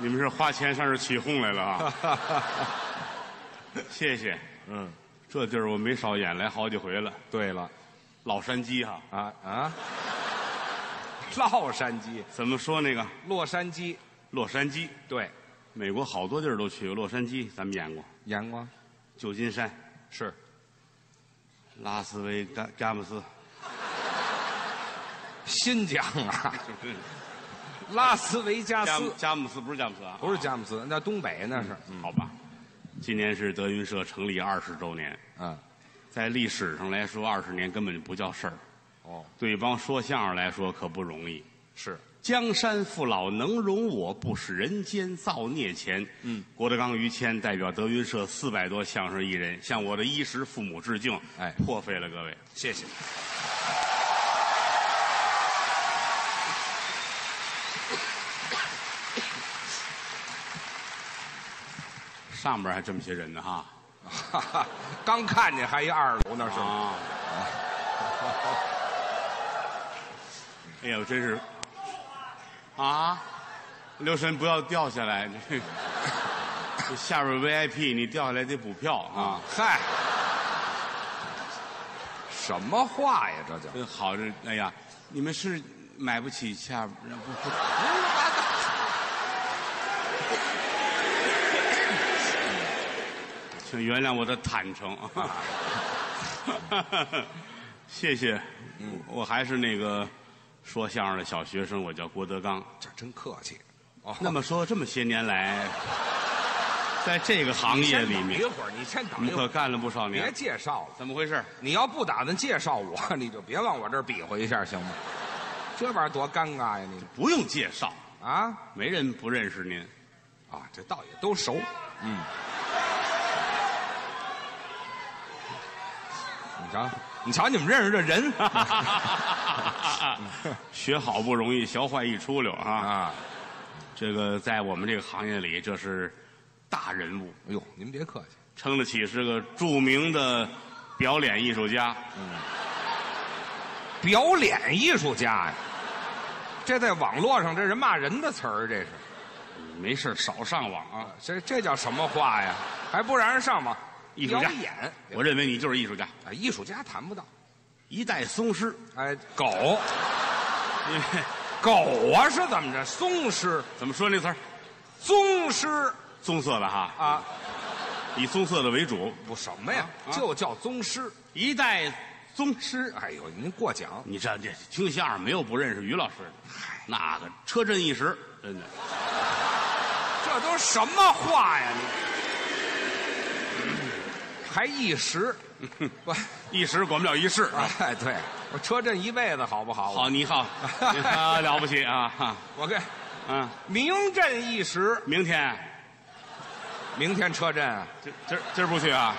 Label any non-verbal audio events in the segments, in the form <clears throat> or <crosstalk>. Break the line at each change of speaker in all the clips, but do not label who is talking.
你们是花钱上这儿起哄来了
<laughs>
啊？谢谢，
嗯，
这地儿我没少演来好几回了。
<laughs> 对了，
老山鸡哈、
啊啊， <laughs> 洛杉矶，
怎么说那个
洛杉矶，
洛杉矶？
对，
美国好多地儿都去过，洛杉矶咱们演过，
阳光
旧金山、
是
拉斯维加加姆斯，
新疆啊， <laughs> 拉斯维加 <laughs>
加姆
斯
加姆斯不是加姆斯啊，
不是佳木斯，那东北那是，
好吧？今年是德云社成立二十周年，
嗯，
在历史上来说，二十年根本就不叫事儿。
哦，
对一帮说相声来说可不容易。
是
江山父老能容我，不使人间造孽钱。嗯，郭德纲、于谦代表德云社四百多相声艺人，向我的衣食父母致敬。
哎
破费了各位。
谢谢。
上边还这么些人呢哈
哈哈， <laughs> 刚看见还一二楼那是，
啊！ <laughs> 哎呦，真是啊！留神不要掉下来， <laughs> 这这下边 VIP 你掉下来得补票啊！
嗨，什么话呀？这叫
真好，这哎呀，你们是买不起下边不不
哎
请原谅我的坦诚 <laughs> 啊！谢谢，我我还是那个说相声的小学生，我叫郭德纲。
这真客气。哦
那么说，这么些年来，在这个行业里
你先等
面
一，会儿你先
我
等
们
一会
可
儿，
干了不少
别
年。
介绍了。
怎么回事？
你要不打算介绍我， <laughs> 你就别往我这儿比划一下，行吗？这玩意儿多尴尬呀！你
不用介绍，
啊
没人不认识您。
啊，这倒也都熟。嗯，你瞧，你瞧，你们认识这人
<laughs>
<laughs> 嗯
学好不容易，学坏一出溜啊！
啊？
这个在我们这个行业里，这是大人物，
哎呦，您别客气，
撑得起是个著名的表演艺术家。
表演艺术家呀，这在网络上这人骂人的词儿，这是
嗯没事儿少上网啊！
这这叫什么话呀？还不让人上网？
艺术家
表演，
我认为你就是艺术家，
啊，艺术家谈不到。
一代宗师。
哎，狗。
因为
狗啊是怎么着？松狮，
<laughs> 怎么说那词儿？
宗师
棕色的哈，
啊，
以棕色的为主，
不什么呀，
啊啊
就叫宗师。
一代宗师。
哎呦，您过奖，
你这这听相声没有不认识于老师的，那个车震一时，真的。
这都什么话呀你？嗯还一时，不，
一时管不了一世啊！
哎，对我车震一辈子好不好？
好， <laughs> 你好，啊，了不起啊！哈
我跟
嗯，
名震一时，
明天
明天车震啊，
今今儿今儿不去啊？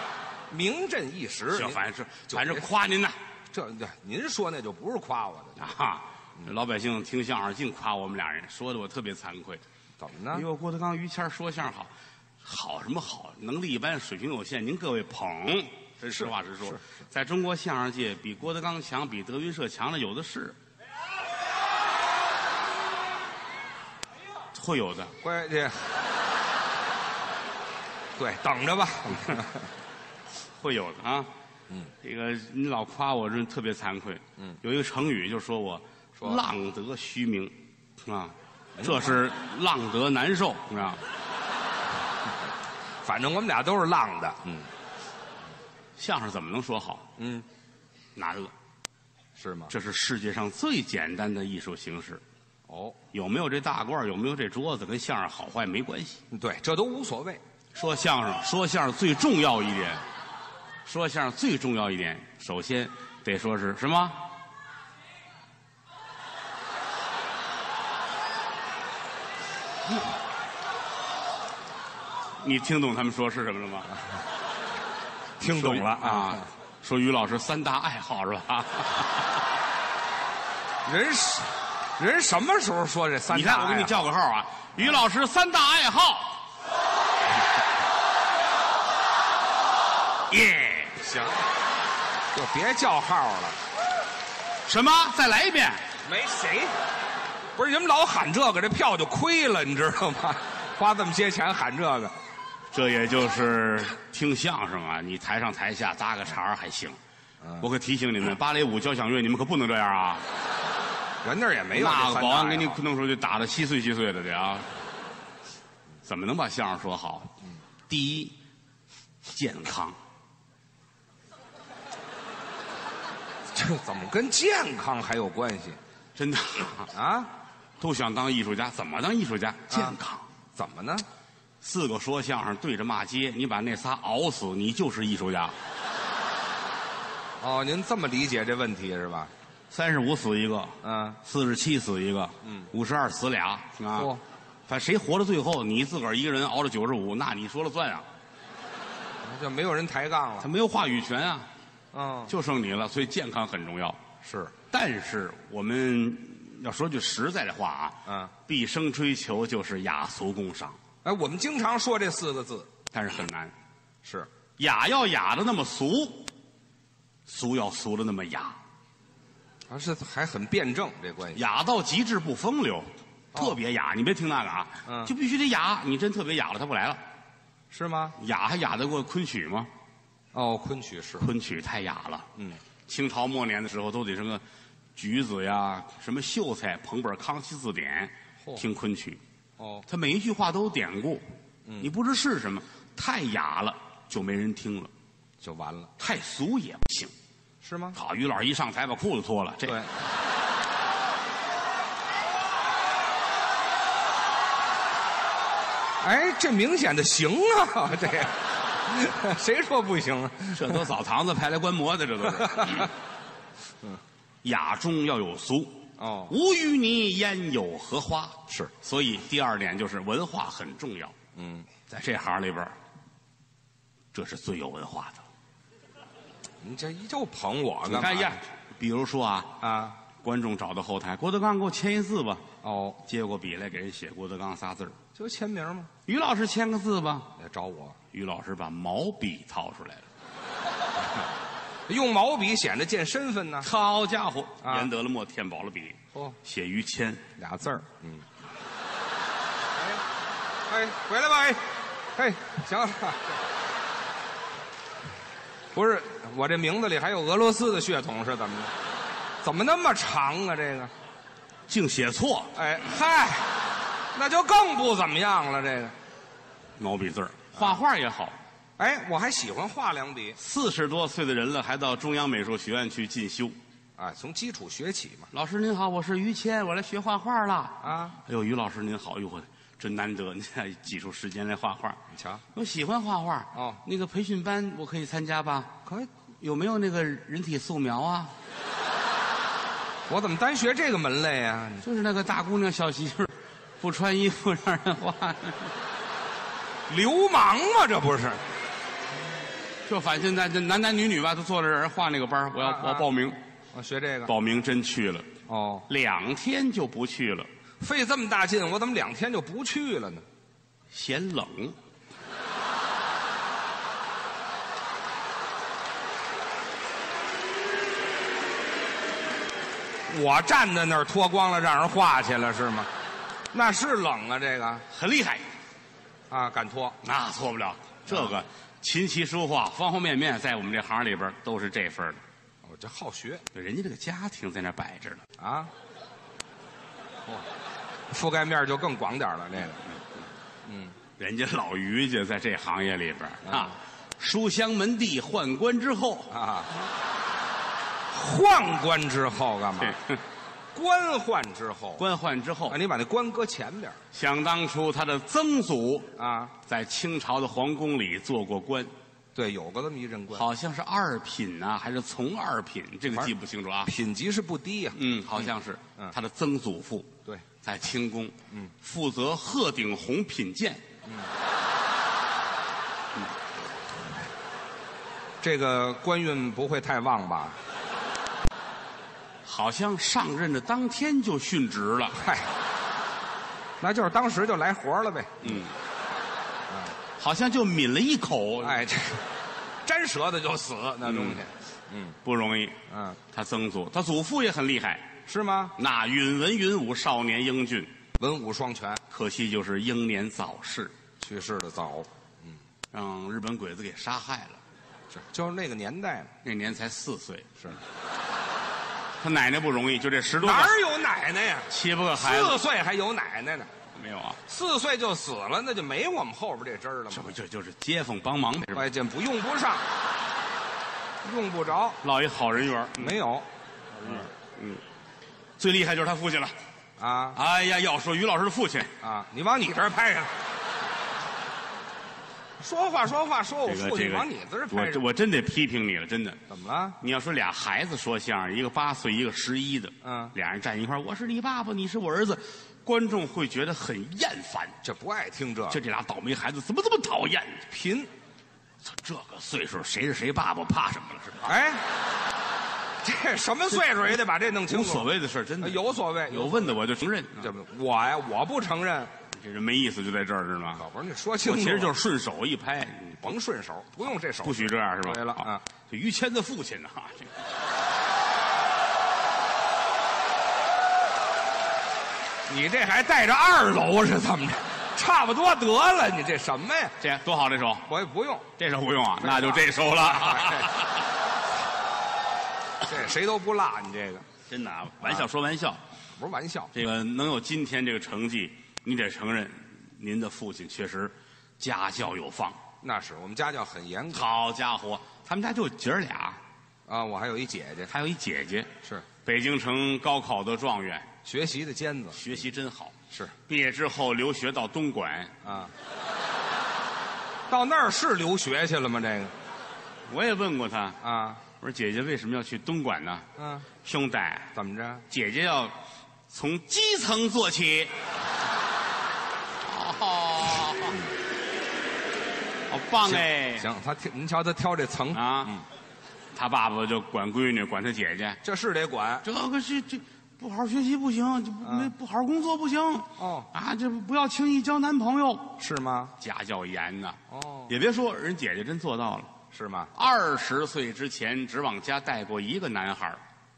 名震一时。
行，
您
反正是
就
反正
别
夸您呐
这对您说那就不是夸我的，
啊！ <laughs> 哈老百姓听相声净夸我们俩人，说的我特别惭愧。
怎么
哎
呢？
呦，郭德纲、于谦说相声好，好什么好？能力一般，水平有限，您各位捧，真实话实说，在中国相声界，比郭德纲强、比德云社强的有的是，会有的。
乖，这对，等着吧。 <laughs>
会有的啊。
嗯，
这个你老夸我，真特别惭愧。
嗯，
有一个成语就说我
说哎
浪得虚名，啊，这是浪得难受，你知道吗？
反正我们俩都是浪的。
相声怎么能说好？
嗯，
难了，
是吗？
这是世界上最简单的艺术形式。
哦，
有没有这大褂儿，有没有这桌子，跟相声好坏没关系。
对，这都无所谓。
说相声，说相声最重要一点，说相声最重要一点，首先得说是什么？嗯你听懂他们说是什么了吗？
听
说于啊！说于老师三大爱好是吧？
人是人什么时候说这三
你
大爱
看，
好？
我给你叫个号啊，于老师三大爱好。 <laughs> 耶、
行，就别叫号了。
什么？再来一遍。
没谁，不是你们老喊这个，这票就亏了，你知道吗？ <laughs> 花这么些钱喊这个，
这也就是听相声啊，你台上台下搭个茬儿还行。
嗯
我可提醒你
<laughs>
们，芭蕾舞、交响乐，你们可不能这样啊！
人那儿也没有
那
这
个
三
保安
大
给你
呀
弄出去，打的稀碎稀碎的得啊！怎么能把相声说好？
嗯
第一，健康。
这怎么跟健康还有关系
真的，
啊？
都想当艺术家，怎么当艺术家？
嗯
健康。
怎么呢？
四个说相声对着骂街，你把那仨熬死，你就是艺术家。
哦，您这么理解这问题是吧？
三十五死一个，
嗯，
四十七死一个，
嗯，
五十二死俩啊
嚯。
反正谁活到最后，你自个儿一个人熬到九十五，那你说了算啊，
就没有人抬杠了
他。没有话语权啊，
嗯，
就剩你了。所以健康很重要。
是，
但是我们要说句实在的话啊，
嗯，
毕生追求就是雅俗共赏，
哎，我们经常说这四个字，
但是很难。
是
雅要雅的那么俗，俗要俗的那么雅，
还是啊还很辩证这关系。
雅到极致不风流，特别雅。你别听那个啊，
哦嗯
就必须得雅。你真特别雅了，他不来了。
是吗？
雅还雅得过昆曲吗？
哦，昆曲是，
昆曲太雅了。
嗯，
清朝末年的时候都得什么举子呀，什么秀才，捧本《康熙字典》
嚯
听昆曲，
哦，
他每一句话都有典故，
嗯
你不知是什么，太雅了就没人听了，
就完了，
太俗也不行。
是吗？
好，于老师一上台把裤子脱了，这
对，哎，这明显的行啊，这个谁说不行啊？
<laughs> 这都澡堂子派来观摩的，这都
<laughs>
是。嗯雅中要有俗，
哦，
无与你焉有荷花？
是，
所以第二点就是文化很重要，
嗯，
在这行里边儿，这是最有文化的。
你这依旧捧我干
你
嘛
看一下，比如说啊，
啊，
观众找到后台，郭德纲给我签一字吧，
哦，
接过笔来给人写郭德纲仨字儿。
就签名嘛，
于老师签个字吧，
来找我。
于老师把毛笔掏出来了，
用毛笔显得见身份呢。
好家伙，
啊
研得了墨，填饱了笔，
哦，
写于谦。
俩字儿，嗯。哎，回来吧，哎，哎，行了。不是，我这名字里还有俄罗斯的血统是怎么的？怎么那么长啊？这个，
竟写错了
哎嗨，那就更不怎么样了。这个，
毛笔字儿，画画也好，
哎，我还喜欢画两笔
四十多岁的人了，还到中央美术学院去进修。
啊，从基础学起嘛。
老师您好，我是于谦，我来学画画了。
啊，
哎呦，于老师您好，哟呵，真难得，您还挤出时间来画画。
你瞧，
我喜欢画画
哦
那个培训班我可以参加吧？
可以，
有没有那个人体素描啊？
我怎么单学这个门类啊？
就是那个大姑娘小媳妇儿，不穿衣服让人画，
流氓嘛，这不是？
就反正咱这男男女女吧，都坐在这儿画那个班儿我要
啊啊
我要报名，
我学这个。
报名真去了，
哦，
两天就不去了，
费这么大劲，我怎么两天就不去了呢？
嫌冷。
我站在那儿脱光了，让人画去了是吗？那是冷啊，这个
很厉害，
啊，敢脱
那错不了。这个琴棋书画方方面面，在我们这行里边都是这份儿的。
我哦这好学
人家这个家庭在那儿摆着呢，
啊。哦，覆盖面就更广点了，这个
人家老于家在这行业里边啊，书香门第，宦官之后，
啊。宦官之后干嘛？官宦之后
官宦之后
啊，，你把那官搁前边儿
想当初他的曾祖
啊。
在清朝的皇宫里做过官，
对，有过这么一任官，
好像是二品啊，还是从二品，这个记不清楚啊。
品级是不低呀、
嗯，好像是
嗯
他的曾祖父
对，
在清宫，嗯，负责鹤顶红品鉴，
这个官运不会太旺吧？
好像上任的当天就殉职了。
嗨，那就是当时就来活了呗。
嗯，好像就抿了一口，
<laughs> 哎，这粘舌头就死那东西。
不容易。
嗯，
他曾祖，他祖父也很厉害，
是吗？
那允文允武，少年英俊，
文武双全，
可惜就是英年早逝，
去世的早，
让日本鬼子给杀害了。
是就是那个年代嘛，
那年才四岁，
是
他奶奶不容易，就这十多
哪
个
儿有奶奶呀？
七八个孩子
四岁还有奶奶呢，
没有啊？
四岁就死了，那就没我们后边这汁儿了
这
吗？
不就就是街坊帮忙呗？是吧
哎，这不用不上，用不着，
落一好人缘儿。
没有
最厉害就是他父亲了。
啊
哎呀，要说于老师的父亲，
啊！你往你这儿拍上，说话说话说我
这个
父
这
亲
个，
往你这儿
我
拍
这
上，
我真得批评你了，真的。
怎么了？
你要说俩孩子说相声，一个八岁，一个十一的，
嗯
俩人站一块儿，我是你爸爸，你是我儿子，观众会觉得很厌烦。
这不爱听这
就
个
这俩倒霉孩子怎么这么讨厌？
贫，
这个岁数谁是谁爸爸，怕什么了是吧？
哎，这什么岁数也得把这弄清
无
楚。
所谓的事儿，真的
呃有所谓，
有问的我就承认，啊
这不我呀，我不承认，
这人没意思就在这儿知道吗？
可不是你说清
我
楚，
其实就是顺手一拍，
甭顺手，不用这手
不，许这样是吧？
对了
好
啊，
这于谦的父亲呢、啊，这
你这还带着二楼啊是怎么着？差不多得了，你这什么呀？
这样多好这手，
我也不用，
这手不用啊，
对
那就这手了。
哎这谁都不落，你这个
<laughs> 真的啊，玩笑说玩笑，
不是玩笑，
这个能有今天这个成绩，你得承认，您的父亲确实家教有方。
那是我们家教很严格
好家伙，他们家就姐儿俩，
啊。我还有一姐姐，
还有一姐姐，
是
北京城高考得状元，
学习的尖子，
学习真好。
是
毕业之后留学到东莞，
啊。到那儿是留学去了吗？这个
我也问过他，
啊，
我说姐姐为什么要去东莞呢？
嗯、
兄弟，
怎么着？
姐姐要从基层做起。哦，好棒哎！
行，他挑，您瞧他挑这层，
啊，他爸爸就管闺女，管他姐姐，
这是得管
这个是这不好好学习不行，就不没不好好工作不行。
哦，
啊，这不要轻易交男朋友，
是吗？
家教严呐。
哦，
也别说，人姐姐真做到了。
是吗？
二十岁之前只往家带过一个男孩儿，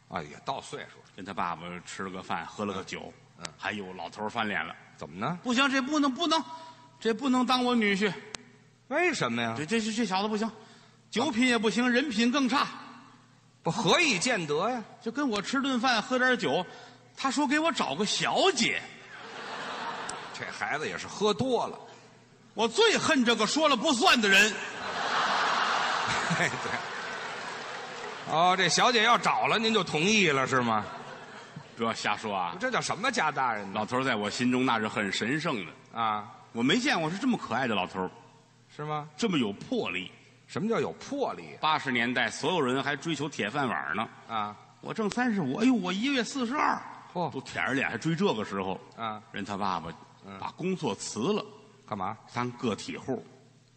啊，也到岁数了，
跟他爸爸吃了个饭，喝了个酒。
嗯嗯
哎呦，老头儿翻脸了，
怎么呢？
不行，这不能不能，这不能当我女婿，
为什么呀？
这这这这小子不行，酒品也不行，人品更差。
不何以见得呀？
就跟我吃顿饭，喝点酒，他说给我找个小姐，
这孩子也是喝多了。 <laughs>
我最恨这个说了不算的人。
哎，对。哦，这小姐要找了，您就同意了是吗？
不要瞎说啊！
这叫什么家大人呢？
老头儿在我心中那是很神圣的，
啊，
我没见过是这么可爱的老头儿，
是吗？
这么有魄力。
什么叫有魄力
八十年代所有人还追求铁饭碗呢，
啊？
我挣三十五，哎呦，我一月四十二，
嚯
都舔着脸还追这个时候。
啊，
人他爸爸把工作辞了，
干嘛？
当个体户，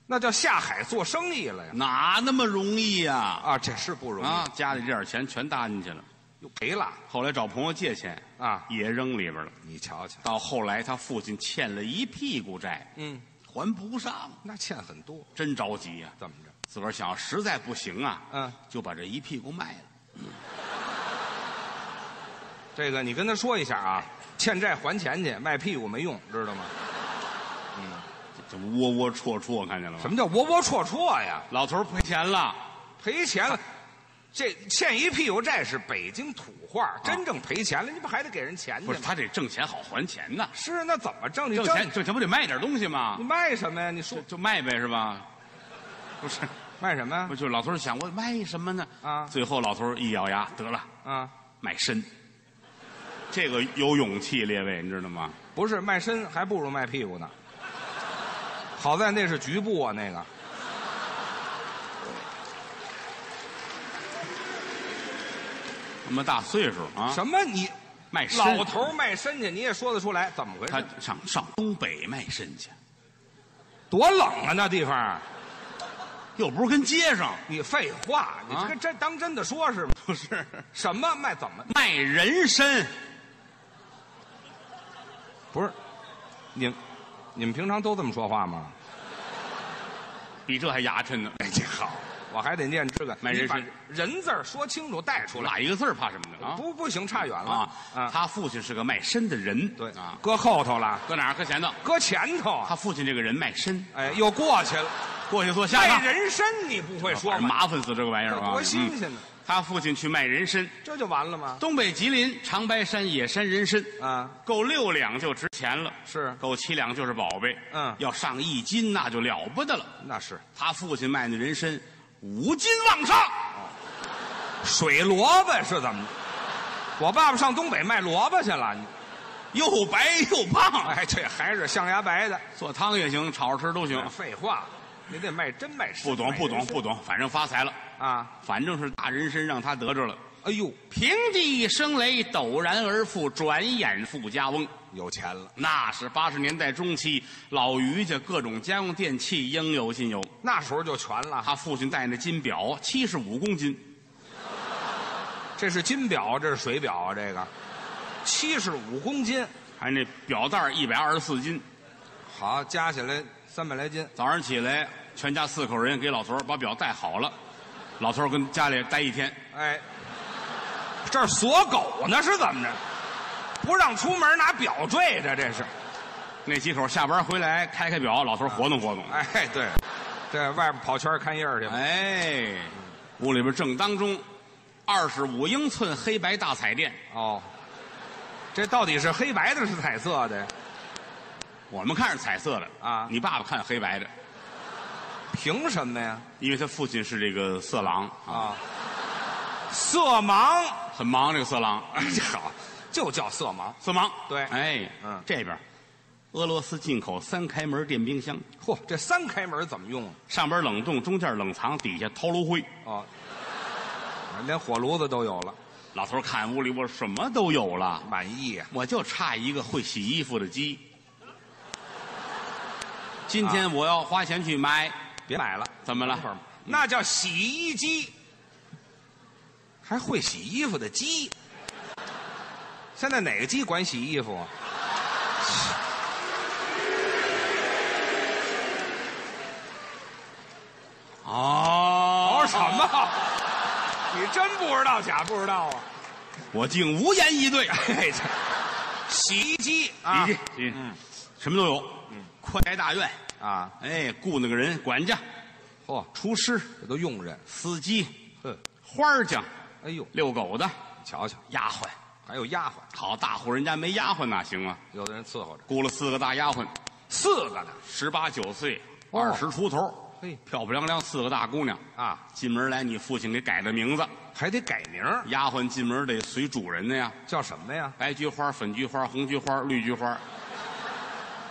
那叫下海做生意了呀！
哪那么容易呀、
啊，这是不容易，
啊，家里这点钱全搭进去了。
又赔了
后来找朋友借钱，
啊！
也扔里边了。
你瞧瞧，
到后来，他父亲欠了一屁股债，
嗯，
还不上，
那欠很多，
真着急呀、
怎么着？
自个儿想，实在不行啊，
嗯，
就把这一屁股卖了。
这个你跟他说一下啊，欠债还钱去，卖屁股没用，知道吗？
这窝窝戳戳，看见了
什
吗？
么叫窝窝戳戳呀？
老头儿赔钱了，
赔钱了，这欠一屁股债是北京土话，真正赔钱了，你不还得给人钱去
啊不是
吗？
他得挣钱好还钱呐。
是那怎么挣？你
挣钱挣钱不得卖点东西吗
你？卖什么呀？你说
就就卖呗，是吧？ <laughs> 不是，
卖什么呀
不？就是老头儿想我卖什么呢？
啊
最后老头儿一咬牙，得了，
啊，
卖身。这个有勇气，列位，你知道吗？
不是卖身，还不如卖屁股呢。好在那是局部啊，那个
那么大岁数啊，
什么你
卖身
老头儿卖身去，你也说得出来怎么回
他
事？
上上东北卖身去，
多冷啊，那地方！
又不是跟街上，
你废话，你
啊
这跟真当真的说是吗？
不是
什么卖怎么？
卖人参。
不是，你们你们平常都这么说话吗？
比这还牙碜呢。
哎，这好，我还得念这个。
买
你
人
把
参
人字儿说清楚带出来，
哪一个字儿怕什么的啊？
不不行，差远了
啊，
啊！
他父亲是个卖身的人，
对
啊，，
搁后头了，
搁哪儿搁前头？
搁前头啊
他！父亲这个人卖身，
哎，又过去了，
过去坐下
卖
吧。
人参你不会说
反正
吗？
麻烦死这个玩意儿
这
啊！
多新
嗯
鲜呢！
他父亲去卖人参，
这就完了吗？
东北吉林长白山野山人参，
啊，
够六两就值钱了，
是
够七两就是宝贝。
嗯
要上一斤那就了不得了。
那是
他父亲卖那人参五斤往上，
水萝卜是怎么的？我爸爸上东北卖萝卜去了，
啊
你
又白又胖，
哎，这还是象牙白的。
做汤也行，炒着吃都行。
废话，你得卖真卖实。
嗯哎不懂
卖
不懂
人参
不懂，反正发财了，
啊！
反正是大人参让他得着了。
哎呦，
平地生雷，陡然而富，转眼富家翁。
有钱了，
那是八十年代中期，老于家各种家用电器应有尽有。
那时候就全了。
他父亲戴那金表，七十五公斤，
这是金表，这是水表啊，这个七十五公斤，
还那表带一百二十四斤。
好加起来三百来斤。
早上起来，全家四口人给老头儿把表戴好了，老头儿跟家里待一天。
哎，这儿锁狗呢是怎么着？不让出门拿表坠着，这是。
那几口下班回来开开表，老头儿活动活动。
哎，对，这外边跑圈看叶儿去吧。
哎，屋里边正当中，二十五英寸黑白大彩电，
哦，这到底是黑白的，是彩色的？
我们看是彩色的
啊
你爸爸看黑白的，
凭什么呀？
因为他父亲是这个色狼啊，
啊，色盲，
很忙这个色狼。 <laughs>
哎，好，就叫色盲。
色盲，
对
哎，
嗯
这边，俄罗斯进口三开门电冰箱，
嚯，这三开门怎么用啊？
上边冷冻，中间冷藏，底下掏炉灰。
哦，连火炉子都有了，
老头儿看屋里，我什么都有了，
满意呀、
我就差一个会洗衣服的机。今天我要花钱去买，
别买了，
怎么了？
那叫洗衣机，还会洗衣服的机。现在哪个机管洗衣服啊？
哦
哦，什？么？你真不知道假不知道啊？
我竟无言以对。哎
嘿，哎这洗衣机啊嗯
你这，嗯什么都有。宽宅大院，
啊！
哎，雇那个人，管家、
嚯、
厨师、
这都佣人，
司机、
哼，
花儿匠、
哎呦，
遛狗的、
瞧瞧，
丫鬟。
还有丫鬟，
好，大户人家没丫鬟哪行啊？
有的人伺候着
雇了四个大丫鬟，
四个呢，
十八九岁，
哦
二十出头，
嘿
漂漂亮亮四个大姑娘
啊。
进门来，你父亲给改的名字，
还得改名儿
丫鬟进门得随主人的呀，
叫什么呀？
白菊花、粉菊花、红菊花、绿菊花，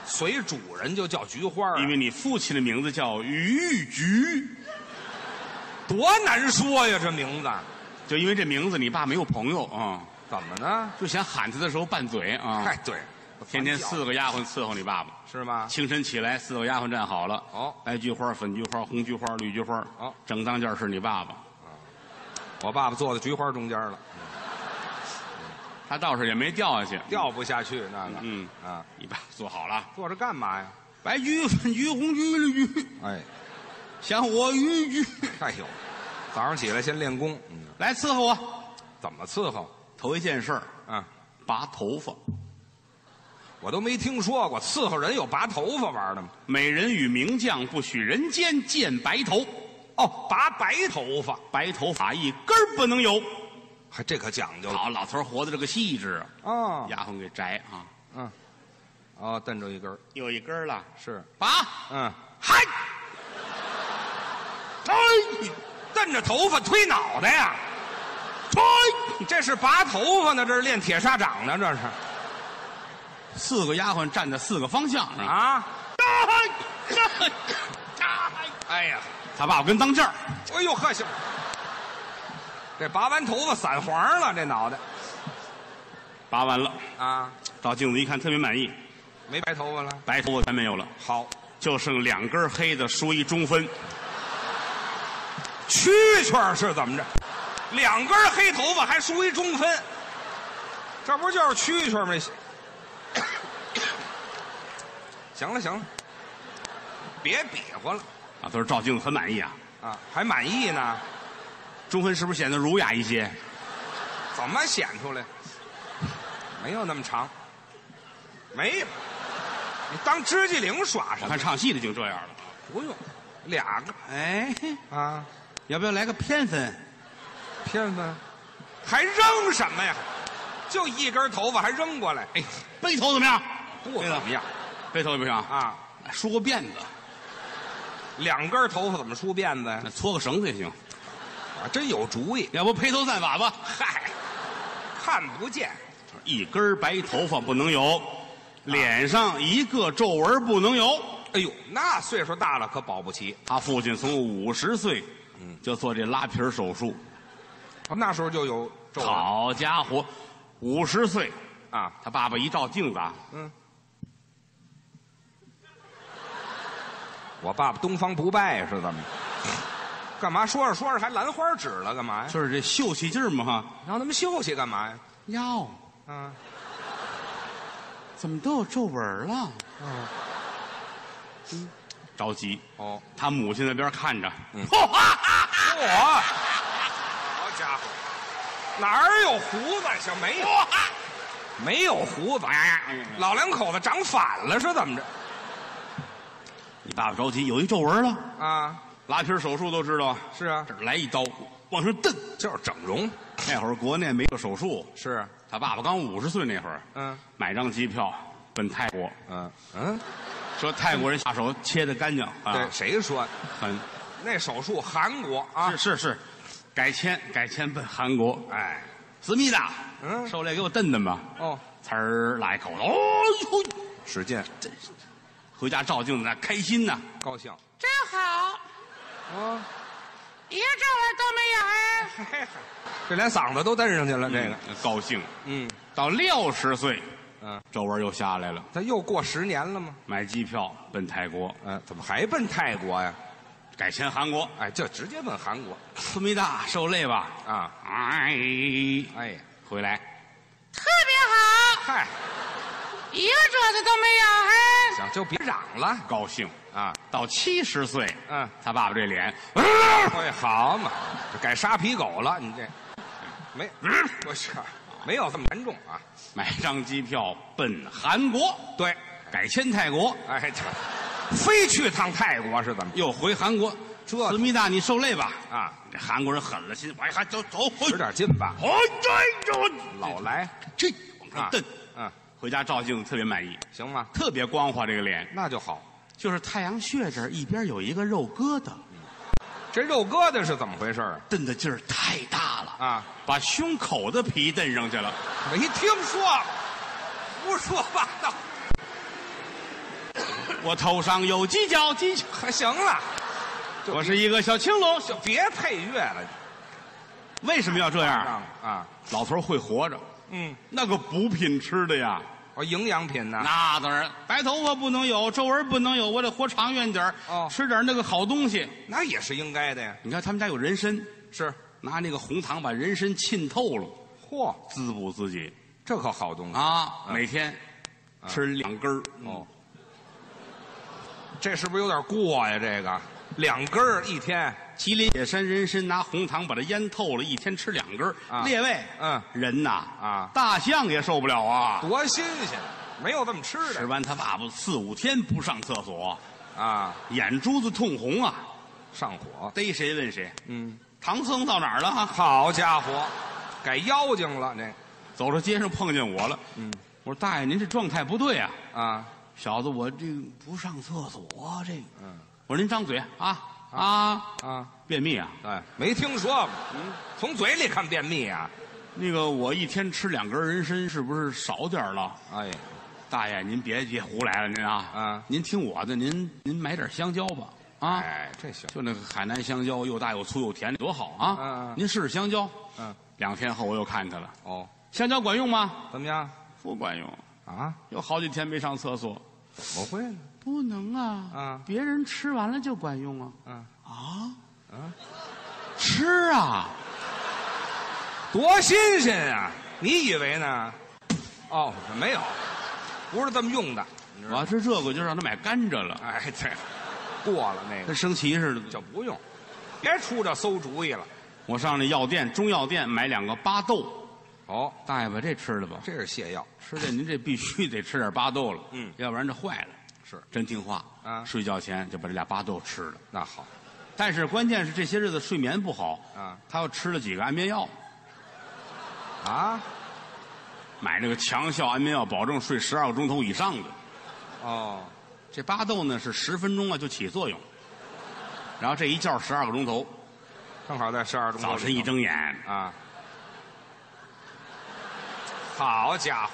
随主人就叫菊花、啊，
因为你父亲的名字叫于菊，
多难说呀，这名字
就因为这名字，你爸没有朋友啊、
怎么呢？
就想喊他的时候拌嘴啊、
哎，对，我
天天
叫
四个丫鬟伺候你爸爸。
是吗？
清晨起来，四个丫鬟站啊好了。
哦
白菊花、粉菊花、红菊花、绿菊花。
哦
正当间是你爸爸，
我爸爸坐在菊花中间了，
他倒是也没掉下去。
掉不下去那个，
嗯
啊，
你爸坐好了，
坐着干嘛呀？
白菊、粉菊、红菊、绿菊，
哎，
想我于菊，
哎呦，早上起来先练功，嗯，
来伺候我。
怎么伺候
头一件事儿，
啊？
拔头发。
我都没听说过伺候人有拔头发玩的吗？
美人与名将不许人间见白头，
哦，拔白头发，
白头发一根儿不能有。啊
还这可讲究了
好，老头儿活的这个细致啊，
啊，
丫鬟给摘啊，
嗯，哦，蹬着一根儿
有一根儿了，
是，
拔，
嗯，
嗨，
哎，蹬着头发推脑袋呀，
吹。
你这是拔头发呢，这是练铁砂掌呢，这是
四个丫鬟站在四个方向啊，
啊，
哎呀，他爸爸跟当劲儿，
哎呦呵，行，这拔完头发散黄了，这脑袋
拔完了，
啊，
照镜子一看，特别满意，
没白头发了，
白头发全没有了，
好，
就剩两根黑的梳一中分。
蛐蛐是怎么着？两根黑头发还梳一中分，这不就是蛐蛐吗？ <coughs> 行了行了，别比划了，
老头儿照镜子很满意啊，
啊，还满意呢？
中文是不是显得儒雅一些？
怎么显出来？没有那么长，没有。你当指甲灵耍什
我
么？
看唱戏的就这样了。
不用，俩个
哎，
啊，
要不要来个偏分？
骗子，还扔什么呀？就一根头发还扔过来，哎，
背头怎么样？
不怎么样
背头也不行啊，
啊？
梳个辫子，
两根头发怎么梳辫子呀
那？搓个绳子也行。
啊，真有主意。
要不披头散发吧？
嗨，看不见，
一根白头发不能有，脸上一个皱纹不能有。
哎呦，那岁数大了可保不齐。
他父亲从五十岁，就做这拉皮儿手术。
那时候就有皱纹
好家伙，五十岁，
啊，
他爸爸一照镜子啊，
嗯。我爸爸东方不败是 <laughs> 怎么着？干嘛说着说着还兰花指了？干嘛呀？
就是这秀气劲儿嘛哈。
让他们休息干嘛呀？
哟，
啊，
怎么都有皱纹了？
嗯
着急，
哦，
他母亲在边看着，
嗯
哇
我，好家伙，哪儿有胡子？小没有，没有胡子，老两口子长反了是怎么着？
你爸爸着急，有一皱纹了，
啊，
拉皮儿手术都知道，
是啊
这，儿来一刀，往上蹬。
就是整容，
那会儿国内没有手术，
是啊，
他爸爸刚五十岁那会儿，
嗯
买张机票奔泰国，
嗯嗯，
说泰国人下手切的干净啊
对，，谁说
很
那手术韩国啊
是？是是，改签改签奔韩国。
哎，
思密达，
嗯
受累给我蹬蹬吧。
哦，
呲儿拉一口子，哦呦，
使劲，
回家照镜子那开心呐。
高兴。
真好，
哦，
一个皱纹都没有啊！
<laughs> 这连嗓子都蹬上去了，这个，
嗯高兴。
嗯
到六十岁，
嗯，
皱纹又下来了，
他又过十年了吗？
买机票奔泰国，
嗯，怎么还奔泰国呀？
改签韩国。
哎，就直接奔韩国
思密达，受累吧。
啊！
哎，
哎呀，
回来
特别
嗨，
好，一个褶子都没有啊！
行，就别嚷了
高兴。
啊！
到七十岁，
嗯，
他爸爸这脸，
哎，好嘛，这改沙皮狗了，你这没不是没有这么严重啊？
买张机票奔韩国，
对，
改签泰国，
哎，这非去趟泰国是怎么？
又回韩国。
这
思密达，你受累吧。
啊，
这韩国人狠了心，哎，还走走，回
使点劲吧，
哦，这这
老来
这往上
啊
蹬，，
嗯，
回家照镜子特别满意，
行吗？
特别光滑这个脸，
那就好。
就是太阳穴这儿一边有一个肉疙瘩，
这肉疙瘩是怎么回事儿
蹬的劲儿太大了
啊？啊，
把胸口的皮蹬上去了，
没听说，胡说八道，
我头上有犄角，犄角，
还行了，就
我是一个小青龙。
就别配乐了，
为什么要这样？
啊，
老头儿会活着，
嗯，
那个补品吃的呀，
哦，营养品呢？
那当然，白头发不能有，皱纹不能有，我得活长远点儿，
哦
吃点儿那个好东西。
那也是应该的呀，
你看他们家有人参，
是，
拿那个红糖把人参浸透了，
嚯，
滋补自己
这可好东西，
啊，嗯每天吃两根儿。
哦，这是不是有点过呀？这个两根儿一天，
麒麟野山人参拿红糖把它腌透了，一天吃两根儿。
啊
列位，
嗯
人呐
啊
大象也受不了啊，
多新鲜，没有这么吃
吃
的
完他爸爸四五天不上厕所，
啊，
眼珠子通红啊，
上火，
逮谁问谁。
嗯，
唐僧到哪儿了哈？
好家伙，改妖精了这
走到街上碰见我了，
嗯，
我说大爷您这状态不对啊，
啊，
小子我这个不上厕所啊这个，
嗯
我说您张嘴啊啊，
啊。
便秘啊。
哎，没听说过，从嘴里看便秘啊？
那个我一天吃两根人参是不是少点儿了？
哎，
大爷您别别胡来了您啊，
啊
您听我的，您您买点香蕉吧啊，
哎，这行，
就那个海南香蕉又大又粗又甜，多好啊！
嗯嗯
您试试香蕉。
嗯，
两天后我又看他了，
哦，
香蕉管用吗？
怎么样
不管用，
啊？
有好几天没上厕所。
怎么会呢？
不能啊，
啊
别人吃完了就管用啊
嗯，
啊
啊，
吃啊！
多新鲜啊！你以为呢？哦，没有，不是这么用的。
我要吃这个就让他买甘蔗了，
哎，对，过了那
跟
个
升旗似的。
就不用。别出这馊主意了。
我上那药店，中药店买两个巴豆，
哦，
大爷把这吃了吧，
这是泻药，
吃这您这必须得吃点巴豆了，
嗯
要不然这坏了。
是
真听话
啊
睡觉前就把这俩巴豆吃了，
那好，
但是关键是这些日子睡眠不好
啊
他又吃了几个安眠药，
啊，
买这个强效安眠药，保证睡十二个钟头以上的。
哦，
这巴豆呢是十分钟啊就起作用，然后这一觉十二个钟头，
正好在十二中
早晨一睁眼，
啊，好家伙，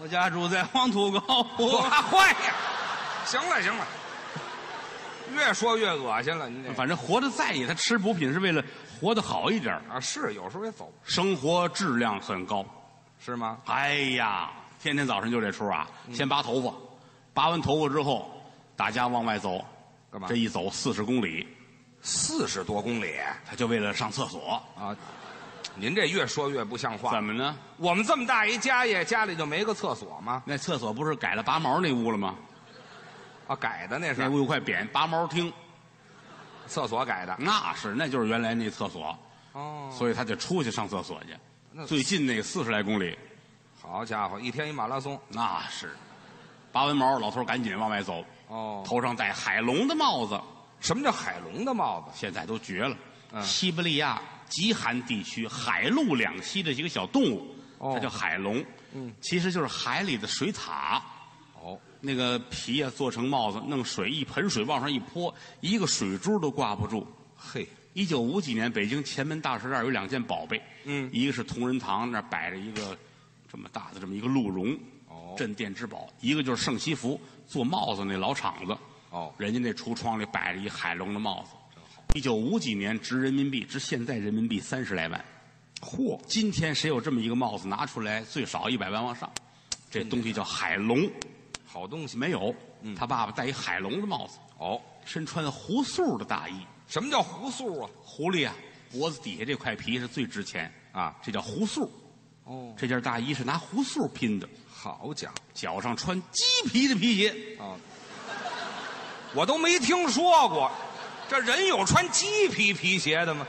我家住在黄土高坡。
坏呀！行了行了，越说越恶心了，您这
反正活着在意，他吃补品是为了活得好一点儿，
啊是有时候也走
生活质量很高。
是吗？
哎呀，天天早晨就这出啊！
嗯
先拔头发，拔完头发之后，大家往外走，
干嘛
这一走四十公里，
四十多公里
他就为了上厕所。
啊！您这越说越不像话
怎。么呢？
我们这么大一家业，家里就没个厕所吗？
那厕所不是改了拔毛那屋了吗？
啊，改的那
那
是
屋有块匾，拔毛厅，
厕所改的。
那是那就是原来那厕所，
哦，
嗯所以他得出去上厕所
那
去。最近那四十来公里，
好家伙，一天一马拉松。
那是拔完毛，老头儿赶紧往外走，
哦，
头上戴海龙的帽子，
什么叫海龙的帽子？
现在都绝了。
嗯
西伯利亚极寒地区海陆两栖的一个小动物，
哦
它叫海龙。
嗯，
其实就是海里的水獭，
哦，
那个皮啊做成帽子，弄水一盆水往上一泼，一个水珠都挂不住。
嘿，
一九五几年，北京前门大石栏有两件宝贝，
嗯
一个是同仁堂那儿摆着一个这么大的这么一个鹿茸，
哦
镇店之宝；一个就是盛西福做帽子那老厂子，
哦
人家那橱窗里摆着一海龙的帽子。一九五几年值人民币，值现在人民币三十来万。
嚯，
今天谁有这么一个帽子拿出来，最少一百万往上，这东西叫海龙。
好东西。
没有，
嗯
他爸爸戴一海龙的帽子，
哦，
身穿胡素的大衣。
什么叫胡素啊？
狐狸啊，脖子底下这块皮是最值钱
啊
这叫胡素。
哦，
这件大衣是拿胡素拼的，
好家伙，
脚上穿鸡皮的皮鞋。
哦，我都没听说过，这人有穿鸡皮皮鞋的吗？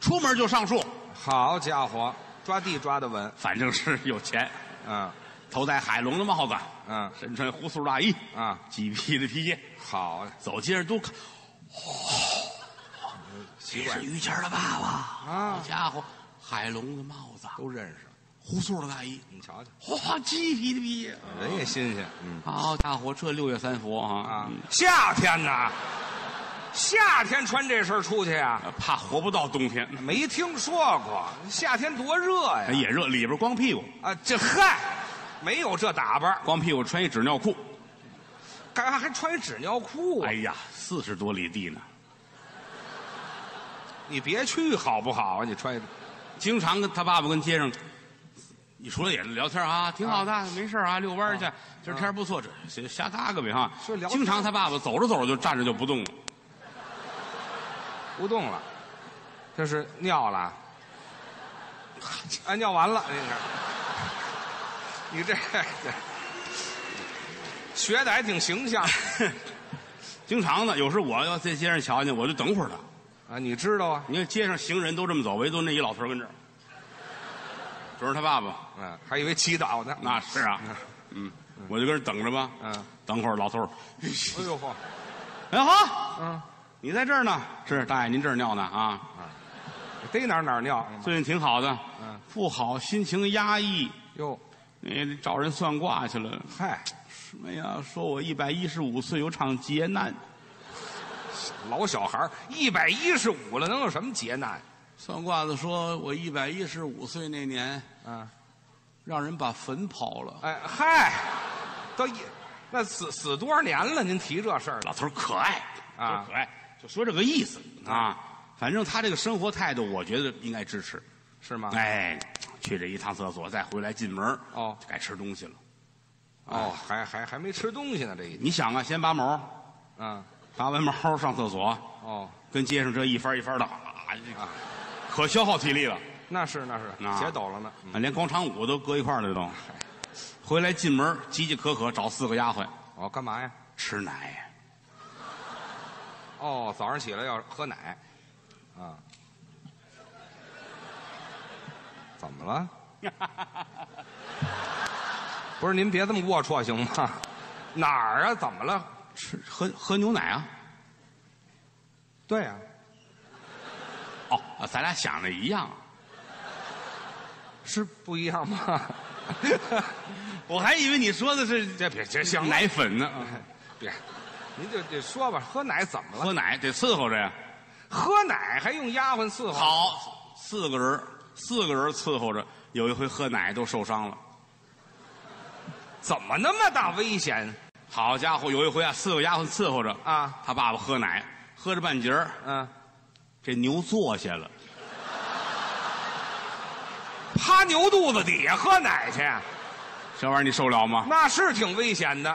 出门就上树，
好家伙，抓地抓得稳，
反正是有钱，
嗯
头戴海龙的帽子，啊
嗯
身穿胡素大衣，
啊，
鸡皮的皮鞋，
好
走街上都看，
习
这
惯
是于谦儿的爸爸，好
啊，
家伙，海龙的帽子，
都认识。
胡素的大衣，
你瞧瞧，
哇，鸡皮的皮鞋，
人也新鲜，嗯
好家伙，这六月三伏啊，
啊
嗯，
夏天呐，夏天穿这身出去呀、
嗯怕活不到冬天，哎
没听说过，夏天多热哎呀！
也热，里边光屁股，
啊，这嗨，没有这打扮，
光屁股穿一纸尿裤，
还还穿一纸尿裤、啊
哎呀，四十多里地呢，
你别去好不好啊？你穿一
经常跟他爸爸跟街上，你出来也聊天啊，挺好的，没事啊，遛弯儿去，今儿天儿不错，这这瞎搭个呗哈
是。聊天
经常他爸爸走着走着就站着就不动了， <laughs>
不动了，这是尿了，啊，尿完了，你看，你这学的还挺形象
经常的。有时我要在街上瞧见，我就等会儿他。
啊，你知道啊？
你看街上行人都这么走，唯独那一老头儿跟这儿，主要是他爸爸，
嗯，还以为祈祷呢。
那是啊，嗯，我就跟这儿等着吧。
嗯，
等会儿老头儿，
哎呦嚯，
哎好，
嗯，
你在这儿呢？是大爷，您这儿尿呢啊？
逮哪儿哪儿尿，
最近挺好的，
嗯，
不好，心情压抑。
哟，
你找人算卦去了。
嗨，
哎呀，说我一百一十五岁有场劫难，
老小孩一百一十五了，能有什么劫难？
算卦的说我一百一十五岁那年
嗯，
让人把坟刨了。
哎嗨，都一那死死多少年了？您提这事儿了
老头儿可爱
啊
就可爱，就说这个意思啊。反正他这个生活态度，我觉得应该支持。
是吗？
哎，去这一趟厕所，再回来进门
哦
就该吃东西了。
哦，还还还没吃东西呢，这一
你想啊，先拔毛，
嗯
拔完毛上厕所，
哦
跟街上这一番一番的，啊，
啊，
可消耗体力了。
那是那是
啊，
鞋抖了呢。嗯
啊，连广场舞都搁一块儿了都。回来进门急急渴渴找四个丫鬟
哦，干嘛呀？
吃奶，
哦，早上起来要喝奶，啊，怎么 <laughs> 了？不是您别这么龌龊行吗？哪儿啊？怎么了？
吃喝喝牛奶啊？
对啊呀、
哦，啊咱俩想的一样。啊
是不一样吗？
我还以为你说的是
这别这行了，
奶粉呢，
别，您就得说吧，喝奶怎么了？
喝奶得伺候着呀。
喝奶还用丫鬟伺候？，
好，四个人，四个人伺候着，有一回喝奶都受伤了。
怎么那么大危险？
好家伙，有一回啊，四个丫鬟伺候着
啊，
他爸爸喝奶，喝着半截儿，
嗯，
这牛坐下了，
趴牛肚子底下喝奶去，啊
小玩意儿你受了吗？
那是挺危险的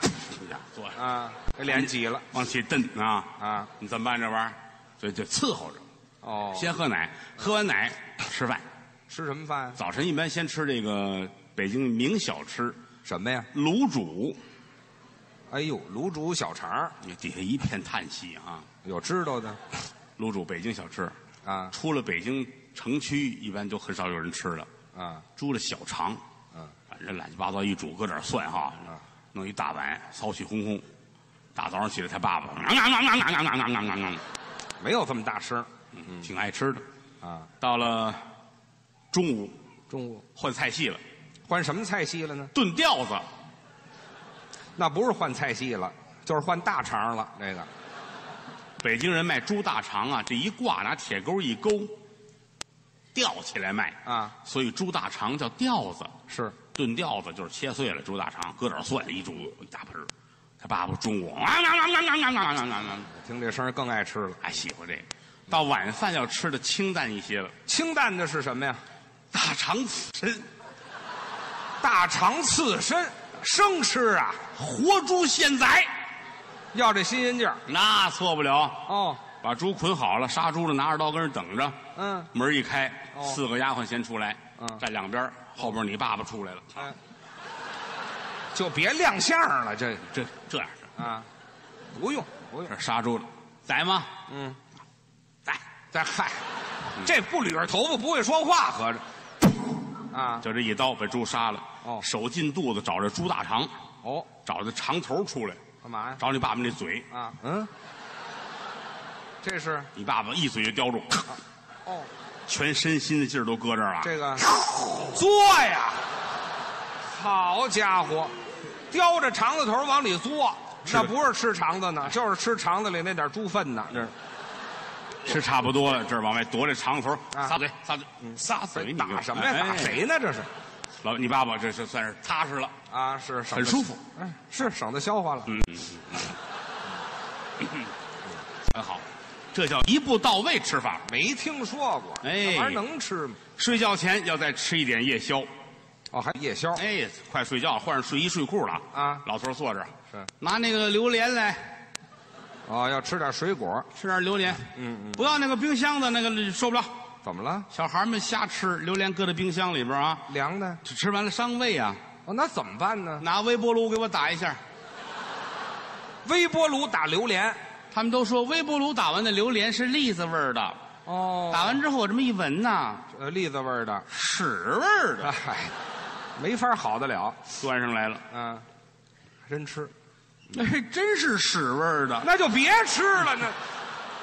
呀坐下，
啊！这脸挤了
往起蹬啊！
啊！
你怎么办这玩意儿？所以就伺候着，
哦，
先喝奶，喝完奶吃饭。
吃什么饭啊呀？
早晨一般先吃这个北京名小吃
什么呀？
卤煮，
哎呦，卤煮小肠儿，
你底下一片叹息啊！
有知道的
卤煮北京小吃，
啊
出了北京城区一般就很少有人吃了。
啊
猪的小肠，
啊！
反正乱七八糟一煮，搁点蒜哈，弄一大碗，骚气烘烘。大早上起来，他爸爸，啊啊啊啊啊啊啊啊啊，
没有这么大声
挺爱吃的。
啊！
到了中午
中午
换菜系了，
换什么菜系了呢？
炖吊子，
那不是换菜系了，就是换大肠了。这个
北京人卖猪大肠啊，这一挂拿铁钩一勾，吊起来卖，
啊，
所以猪大肠叫吊子。
是
炖吊子就是切碎了猪大肠，搁点蒜一煮，一大盆儿。他爸爸中午啊啊啊啊啊啊啊啊！
听这声儿更爱吃了。
还喜欢这个。到晚饭要吃的清淡一些了，
清淡的是什么呀？
大肠刺身、
大肠刺身，生吃啊，
活猪现宰，
要这新鲜劲儿
那错不了。
哦。
把猪捆好了，杀猪的拿着刀跟那儿等着。
嗯，
门一开，
哦
四个丫鬟先出来，
嗯
站两边儿，后边你爸爸出来了。
哎，就别亮相了，这
这这样的，
啊，不用不用
这，杀猪的宰吗？
嗯，
宰，
哎再嗨，这不捋着头发不会说话，合着啊，
就这一刀把猪杀了。
哦
手进肚子找这猪大肠，
哦，
找这肠头出来，
干嘛呀？
找你爸爸那嘴，
啊，嗯，这是
你爸爸一嘴就叼住，
哦，
全身心的劲儿都搁这儿了。
这个嘬呀，好家伙，叼着肠子头往里嘬，
是
那不是吃肠子呢，就是吃肠子里那点猪粪呢，这是
吃差不多了，这儿往外夺这长头，
啊
撒嘴，撒嘴，撒嘴，你
打什么呀？打
哎？
谁呢？这是
老你爸爸这是算是踏实了，
啊，是省
很
得
舒服，嗯
嗯，是省得消化了。
很哎好，这叫一步到位吃法。
没听说过，
哎
这玩意儿能吃吗？
睡觉前要再吃一点夜宵，
哦，还夜宵，
哎，快睡觉了，换上睡衣睡裤了
啊
老头儿坐着，
是
拿那个榴莲来
哦，要吃点水果，
吃点榴莲，
嗯嗯，
不要那个冰箱的那个受不了，
怎么了？
小孩儿们瞎吃，榴莲搁在冰箱里边啊，
凉的，
吃吃完了伤胃啊，
哦，那怎么办呢？
拿微波炉给我打一下。
微波炉打榴莲，
他们都说微波炉打完的榴莲是栗子味儿的，
哦
打完之后我这么一闻呐。
呃栗子味儿的，
屎味儿的，
<laughs> 哎，没法好得了，
端上来了，
嗯，还真吃，
哎，真是屎味儿的。
那就别吃了，那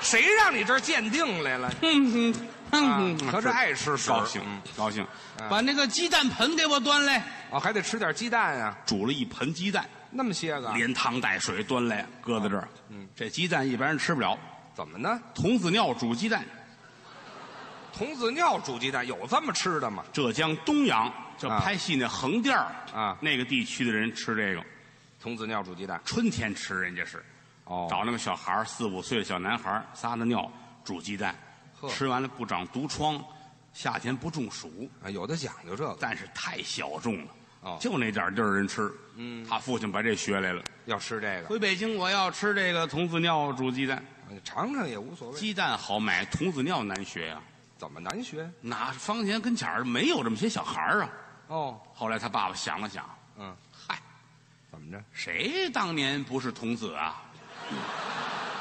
谁让你这儿鉴定来了？
嗯
嗯
嗯，
合着爱吃屎，
高兴
嗯
高兴，
嗯
把那个鸡蛋盆给我端来，
哦，还得吃点鸡蛋啊，
煮了一盆鸡蛋，
那么些个，
连汤带水端来，搁在这儿。
啊嗯，
这鸡蛋一般人吃不了，
怎么呢？
童子尿煮鸡蛋，
童子尿煮鸡蛋有这么吃的吗？
浙江东阳就
啊
拍戏那横店儿
啊
那个地区的人吃这个，
童子尿煮鸡蛋，
春天吃人家是，
哦
找那个小孩儿四五岁的小男孩儿撒的尿煮鸡蛋，
呵
吃完了不长毒疮，夏天不中暑。
啊，有的讲究这个，
但是太小众了，
哦
就那点儿地儿人吃。嗯，他父亲把这学来了，
要吃这个，
回北京我要吃这个童子尿煮鸡蛋，
你尝尝也无所谓。
鸡蛋好买，童子尿难学呀、
怎么难学？
哪坊前跟前儿没有这么些小孩儿啊？
哦，
后来他爸爸想了想，
嗯，
嗨，
怎么着？
谁当年不是童子啊？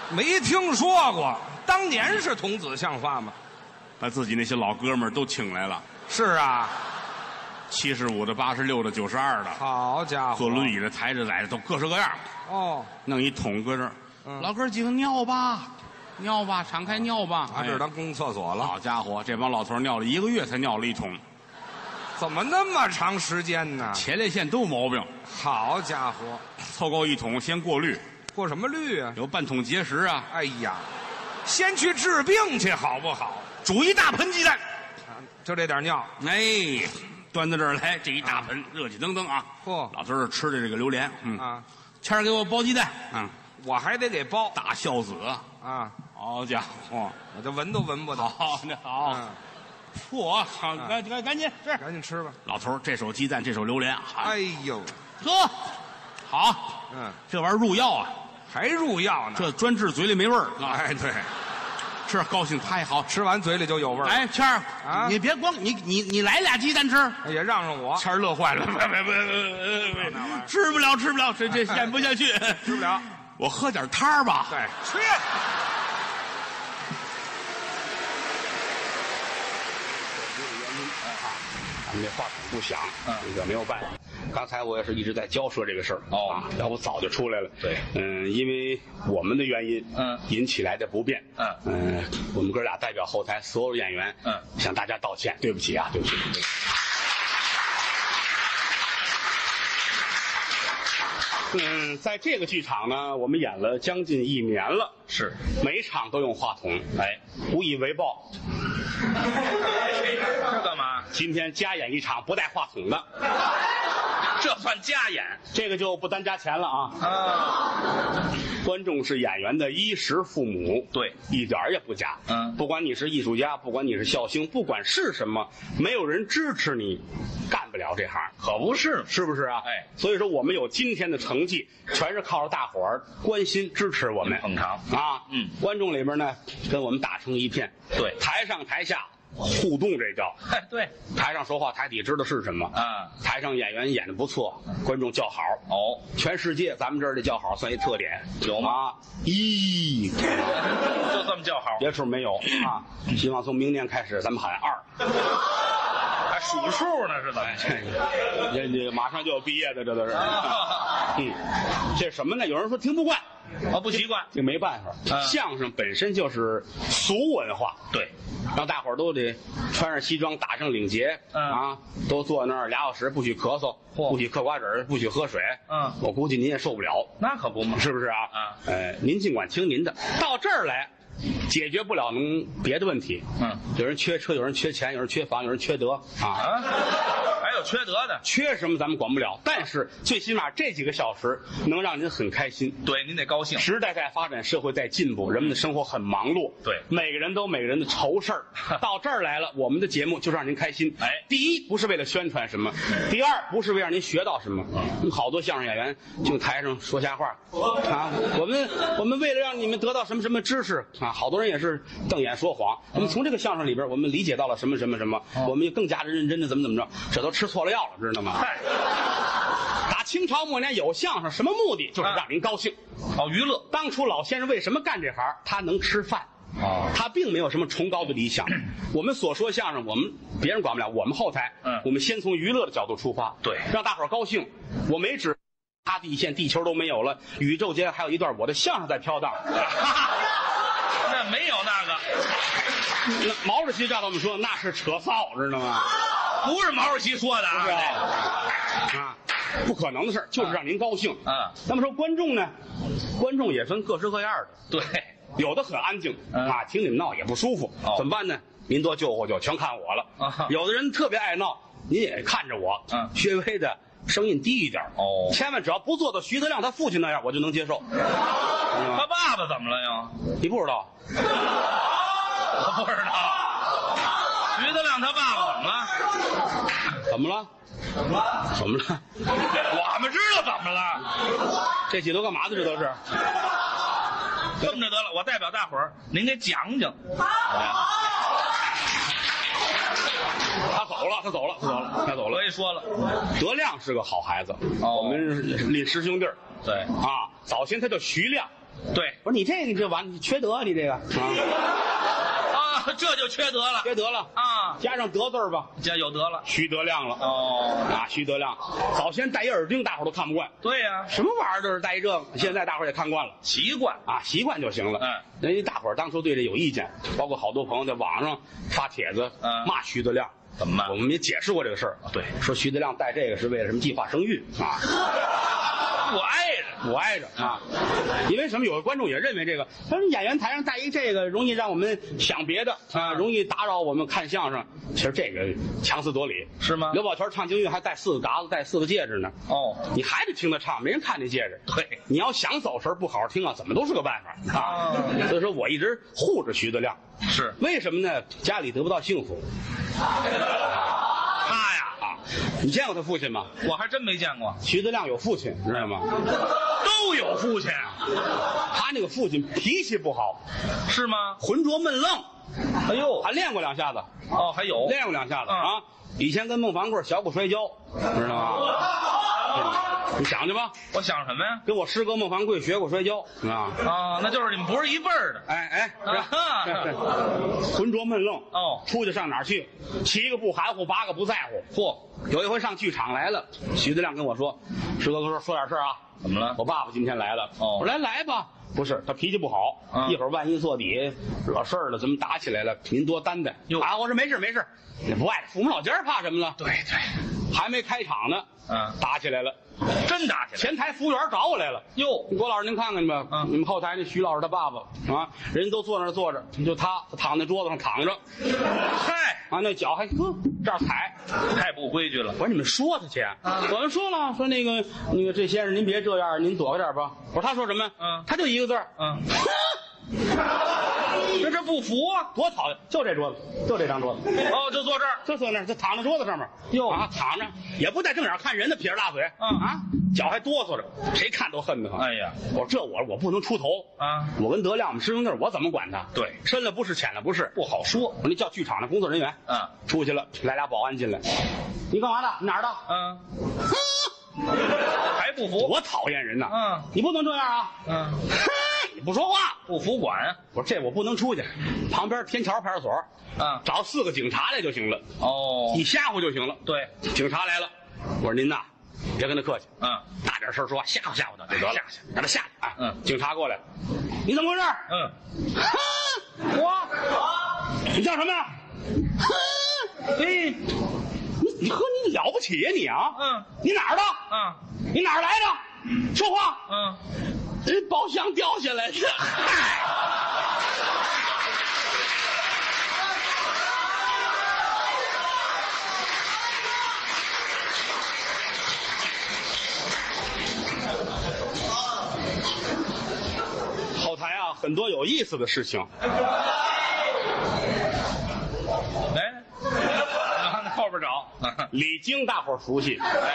没听说过，当年是童子像话吗？
把自己那些老哥们儿都请来了，
是啊，
七十五的、八十六的、九十二的，
好家伙，
坐轮椅的、抬着载着，都各式各样儿。
哦，
弄一桶搁这儿，
嗯
老哥儿几个尿吧，尿吧，敞开尿吧。
拿这儿
哎
当公共厕所了，
好家伙，这帮老头儿尿了一个月才尿了一桶，
怎么那么长时间呢？
前列腺都有毛病，
好家伙，
凑够一桶先过滤，
过什么绿啊？
有半桶结石啊，
哎呀，先去治病去好不好？
煮一大盆鸡蛋，
啊就这点尿，
哎，端到这儿来，这一大盆、热气腾腾啊。
嚯
老头儿吃的这个榴莲，嗯，
哦啊，
谦儿给我包鸡蛋，嗯，
我还得给包
大孝子，
啊，
好家伙，
我这闻都闻不到。
好，那好，
嗯，
嚯，好，赶赶赶紧吃。
赶紧吃吧。
老头儿这手鸡蛋，这手榴莲，
哎
哎，
呦，
喝，好，
嗯，
这玩意儿入药啊，
还入药呢。
这专治嘴里没味儿啊，
哎，对，
吃高兴他也好。
吃完嘴里就有味儿了。
哎，谦儿，
啊
你别光你你你来俩鸡蛋吃，
哎，也让让我。
谦儿乐坏了，别别别别别，吃不了吃不了，这这咽不下去，
吃不了。
我喝点汤儿吧。
对，去。
咱们这话筒不响，嗯，也没有办法。刚才我也是一直在交涉这个事儿，哦、啊，要不早就出来了。
对
嗯，因为我们的原因，
嗯
引起来的不便，
嗯
嗯，我们哥俩代表后台所有演员，
嗯
向大家道歉，对不起啊，对不起。嗯，在这个剧场呢，我们演了将近一年了，
是，
每场都用话筒，
哎，
无以为报。
这干嘛？
今天加演一场不带话筒的，
<laughs> 这算加演
这个就不单加钱了啊。
啊？
观众是演员的衣食父母，
对，
一点儿也不假。
嗯
不管你是艺术家，不管你是笑星，不管是什么，没有人支持你，干不了这行，
可不是嘛，
是不是啊？
哎
所以说我们有今天的成绩，全是靠着大伙儿关心支持我们
捧场
啊。
嗯
观众里边呢，跟我们打成一片，
对
台上台下互动，这叫
哎，对，
台上说话，台底知道是什么。
啊，
台上演员演的不错，观众叫好。
哦，
全世界咱们这儿的叫好算一特点，
有吗？
啊，一
就这么叫好，
别处没有啊。希望从明年开始，咱们喊 <laughs> 二。
还数数呢，是怎么着？
这这马上就要毕业的，这都是。
啊
嗯，这什么呢？有人说听不惯，
哦，不习惯，
这没办法。
嗯
相声本身就是俗文化，
对，
让大伙儿都得穿上西装，打上领结，
嗯
啊，都坐那儿俩小时，不许咳嗽，
嚯
不许嗑瓜子儿，不许喝水。
嗯
我估计您也受不了，
那可不嘛，
是不是啊？
啊，
呃，您尽管听您的，到这儿来，解决不了能别的问题。
嗯，
有人缺车，有人缺钱，有人缺房，有人缺德啊。
啊，还有缺德的，
缺什么咱们管不了，但是最起码这几个小时能让您很开心。
对，您得高兴，
时代在发展，社会在进步，人们的生活很忙碌，
嗯对
每个人都有每个人的愁事
<laughs>
儿。到这儿来了，我们的节目就是让您开心。
哎嗯
第一不是为了宣传什么，第二不是为了让您学到什么。好多相声演员就台上说瞎话啊，我们我们为了让你们得到什么什么知识啊，好多人也是瞪眼说谎。
嗯
我们从这个相声里边，我们理解到了什么什么什么，我们就更加的认真的怎么怎么着，这都吃错了药了，知道吗？
嗨，
打清朝末年有相声，什么目的？就是
啊
让您高兴。
哦，娱乐， <laughs>
当初老先生为什么干这行？他能吃饭。
哦
他并没有什么崇高的理
<clears throat>
想。我们所说相声，我们别人管不了，我们后台，
嗯
我们先从娱乐的角度出发，
对
让大伙儿高兴。我没指他地线，地球都没有了，宇宙间还有一段我的相声在飘
<laughs>
荡。
那没有那个，
那毛主席照他们说，那是扯臊，知道吗？
<laughs> 不是毛主席说的
是
啊，
吧？啊，不可能的事儿，就是让您高兴。
啊，
那么说观众呢？观众也分各式各样的。
对，
有的很安静、
嗯
啊，听你们闹也不舒服，
哦
怎么办呢？您多救护救，全看我了。
啊
有的人特别爱闹，您也看着我， <laughs>
嗯
略微的声音低一点
哦
千万只要不做到徐德亮他父亲那样，我就能接
<laughs>
受。
他爸爸怎么了又？
你不知道，
我不知道，徐德亮他爸爸怎么了？
怎么了？怎么了？
我们知道怎么了，
这几头干嘛的？这都是
这么着得了，我代表大伙儿，您给讲讲。
他走了，他走了，他走了，他走了
我。也说了，
德亮是个好孩子，
哦
我们邻师兄弟儿
对
啊，早先他叫徐亮。
对 <laughs>
我说你这个你这完，你缺德啊！你这个啊，
啊，啊，这就缺德了
缺德了，
啊！
加上德字儿吧，
这有德了
徐德亮了
哦，
啊，徐德亮，早先戴一耳钉，大伙儿都看不惯，
对呀、
什么玩意儿都是戴一这个，现在大伙儿也看惯了。
习惯
啊，习惯就行了。
嗯，
人家大伙儿当初对这有意见，包括好多朋友在网上发帖子，
嗯
骂徐德亮。
怎么
我
办？
们也解释过这个事儿，
对
说徐德亮戴这个是为了什么计划生育啊，
我爱人
我挨着啊，因为什么？有的观众也认为这个，他说演员台上戴一这个容易让我们想别的啊，容易打扰我们看相声。其实这个强词夺理
是吗
刘宝全唱京韵还戴四个嘎子，戴四个戒指呢，
哦，
你还得听他唱，没人看这戒指。
对，
你要想走神儿不好好听啊，怎么都是个办法啊
哦。
所以说我一直护着徐德亮，
是
为什么呢？家里得不到幸福
他呀，
啊。你见过他父亲吗？
我还真没见过，
徐德亮有父亲，知道吗？
都有父亲
啊他那个父亲脾气不好，
是吗？
浑浊闷愣，
哎呦，
还练过两下子，
哦，还有
练过两下子
嗯
啊。以前跟孟凡贵学过摔跤，知道吗？你想去吧，
我想什么呀？
跟我师哥孟凡贵学过摔跤啊。
啊，那就是你们不是一辈儿的
哎哎，
啊哈
是吧对对浑浊闷愣
哦
出去上哪儿去？七个不含糊，八个不在乎。嚯，有一回上剧场来了，徐德亮跟我说：“石哥哥说说点事儿啊，
怎么了
我爸爸今天来了。”
哦
我说来来吧。不是，他脾气不好，
嗯
一会儿万一坐底惹事儿了，怎么打起来了？您多担待。
哟
啊，我说没事没事，也不碍着父母老家儿怕什么了？
对对，
还没开场呢，
嗯
打起来了。
真打起来
前台服务员找我来了。
哟
郭老师，您看看去吧。
嗯
你们后台那徐老师他爸爸啊，人都坐那儿坐着，就他躺在桌子上躺着，
嗨，
啊，那脚还呵这儿踩。
太不规矩了
我，说你们说他去，啊
啊
我们说了，说那个那个这先生您别这样，您躲开点儿吧。我说他说什么呀？
嗯
他就一个字儿，
嗯，那这不服啊？
多讨厌！就这桌子，就这张桌子，
哦，就坐这儿，
就坐那儿，就躺在桌子上面。
哟
啊，躺着也不带正眼看人的，撇着大嘴，
嗯
啊，脚还哆嗦着，谁看都恨得慌。
哎呀，
我说这我我不能出头
啊！
我跟德亮我们师兄弟儿，我怎么管他？
对
深了不是，浅了不是，不好说。我那叫剧场的工作人员，
嗯，
出去了，来俩保安进来，你干嘛的？哪儿的？
嗯，还不服？
多讨厌人呐！
嗯，
你不能这样啊！ <laughs>
嗯，
你不说话，
不服管
我说这我不能出去，旁边天桥派出所，
啊？
找四个警察来就行了，
哦
你，吓唬就行了。
对，
警察来了，我说您呐，别跟他客气，
嗯，
大点声说，吓唬吓唬他就得了，
吓唬吓
让他吓唬啊。
嗯
警察过来，你怎么回事？啊
嗯，
我，你叫什么呀？
哎
嘿，你你呵，你了不起呀、你啊！
嗯，
你哪儿的？
啊，
你哪儿来的？说话。
嗯，
人包厢掉下来的。嗨， <laughs> 后台啊，很多有意思的事情。
哎，啊后边找，
<laughs> 李菁大伙儿熟悉，
哎，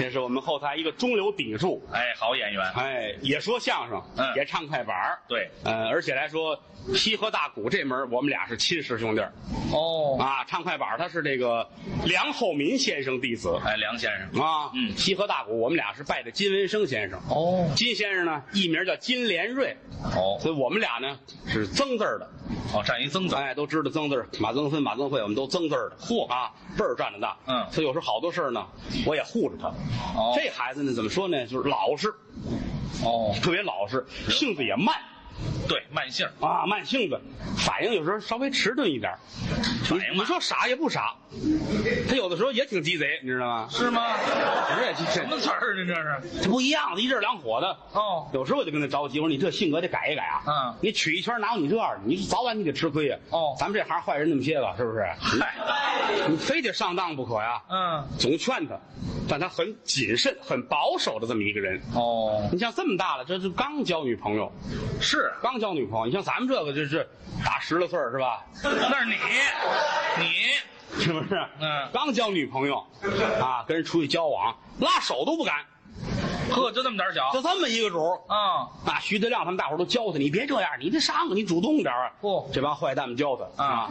这是我们后台一个中流砥柱。
哎，好演员，
哎，也说相声，
嗯
也唱快板儿
对，
呃，而且来说，西河大鼓这门儿我们俩是亲师兄弟儿
哦，
啊。唱快板儿他是这个梁厚民先生弟子
哎，梁先生，
啊。
嗯
西河大鼓我们俩是拜的金文生先生，
哦，
金先生呢艺名叫金连瑞，
哦，
所以我们俩呢是曾字儿的，
哦，站一曾子，
哎，都知道曾字儿，马曾芬、马曾慧，我们都曾字儿的，嚯啊，辈儿占得大。
嗯
所以有时候好多事儿呢，我也护着他。
哦
这孩子呢怎么说呢，就是老实，
哦，
特别老实，性子也慢。
对，慢性儿，
啊，慢性子，反应有时候稍微迟钝一点儿。
反应
你
慢
说傻也不傻，他有的时候也挺鸡贼，你知道吗？
是吗？
有时候也鸡
什么词儿呢？这是？
这不一样的，一阵儿两火的。
哦，
有时候我就跟他着急，我说你这性格得改一改啊！
嗯
你曲一圈哪有你这样的？你早晚你得吃亏呀！
哦
咱们这行坏人那么些个，是不是？
嗨，
你非得上当不可呀！
嗯，
总劝他，但他很谨慎、很保守的这么一个人。
哦，
你像这么大了，这是刚交女朋友，
是，
刚交女朋友。你像咱们这个，这是打十来岁儿是吧？
那是你，你，
是不是？
嗯
刚交女朋友，啊，跟人出去交往，拉手都不敢，
呵，就这么点儿小
就这么一个主儿。
啊，
啊，徐德亮他们大伙儿都教他，你别这样，你得上，你主动点儿啊。
不
这帮坏蛋们教他
啊，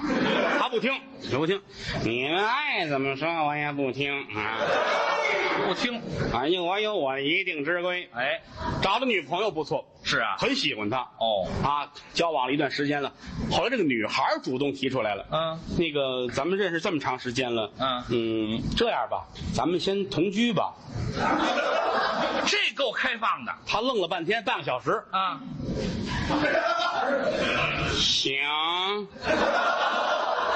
他不听，也不听，你们爱怎么说我也不听啊，哎
不听，
反正我有我一定之规。
哎，
找的女朋友不错，
是啊，
很喜欢他。
哦，
啊，交往了一段时间了，后来这个女孩儿主动提出来了，
嗯，
那个咱们认识这么长时间了，
嗯
嗯，这样吧，咱们先同居吧。
这够开放的
他愣了半天，半个小时，
啊！
行，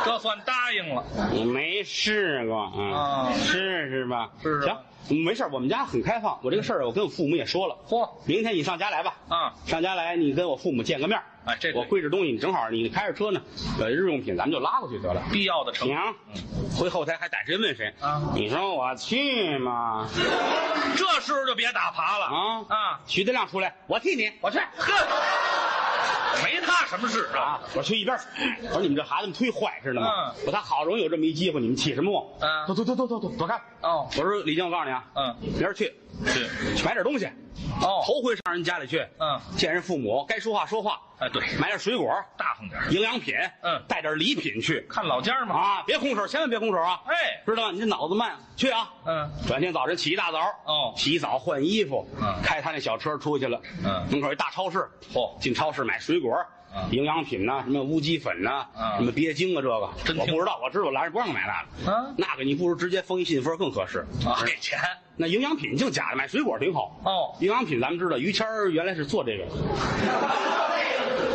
这算答应了。
你没试过啊
啊
试试吧，
试试吧
行，没事儿，我们家很开放，我这个事儿我跟我父母也说了，
嚯，
明天你上家来吧，
啊，
上家来你跟我父母见个面儿，
哎这对
我柜置东西，你正好你开着车呢，呃，日用品咱们就拉过去得了。
必要的程
行啊
度，
回后台还逮谁问谁
嗯啊
你说我去嘛
这时候就别打耙了
啊
啊！
徐德亮出来，我替你，我去
呵，没他什么事啊
啊！我去一边儿去。我说你们这孩子们忒坏似的嘛！
嗯
我他好容易有这么一机会，你们起什么哄？
嗯
走走走走走走，躲开！
哦
我说李静，我告诉你啊，
嗯
明儿去
是
去买点东西，
哦
头回上人家里去，
嗯
见人父母该说话说话，
哎对，
买点水果、
大方点儿，
营养品，
嗯
带点礼品去
看老家嘛。
啊！别空手，千万别空手啊！
哎，
知道吗？你这脑子慢，去啊！
嗯，
转天早晨起一大早，
哦
洗澡换衣服，
嗯
开他那小车出去了，
嗯
门口一大超市，
嚯
进超市买水果，
嗯
营养品呐、什么乌鸡粉呐、
嗯
什么鳖精啊，这个
真
我
听
不知道，我知道，我拦着不让买那个，
嗯
那个你不如直接封一信封更合适哎
啊，给钱
那营养品净假的，买水果挺好。
哦
营养品咱们知道，于谦儿原来是做这个，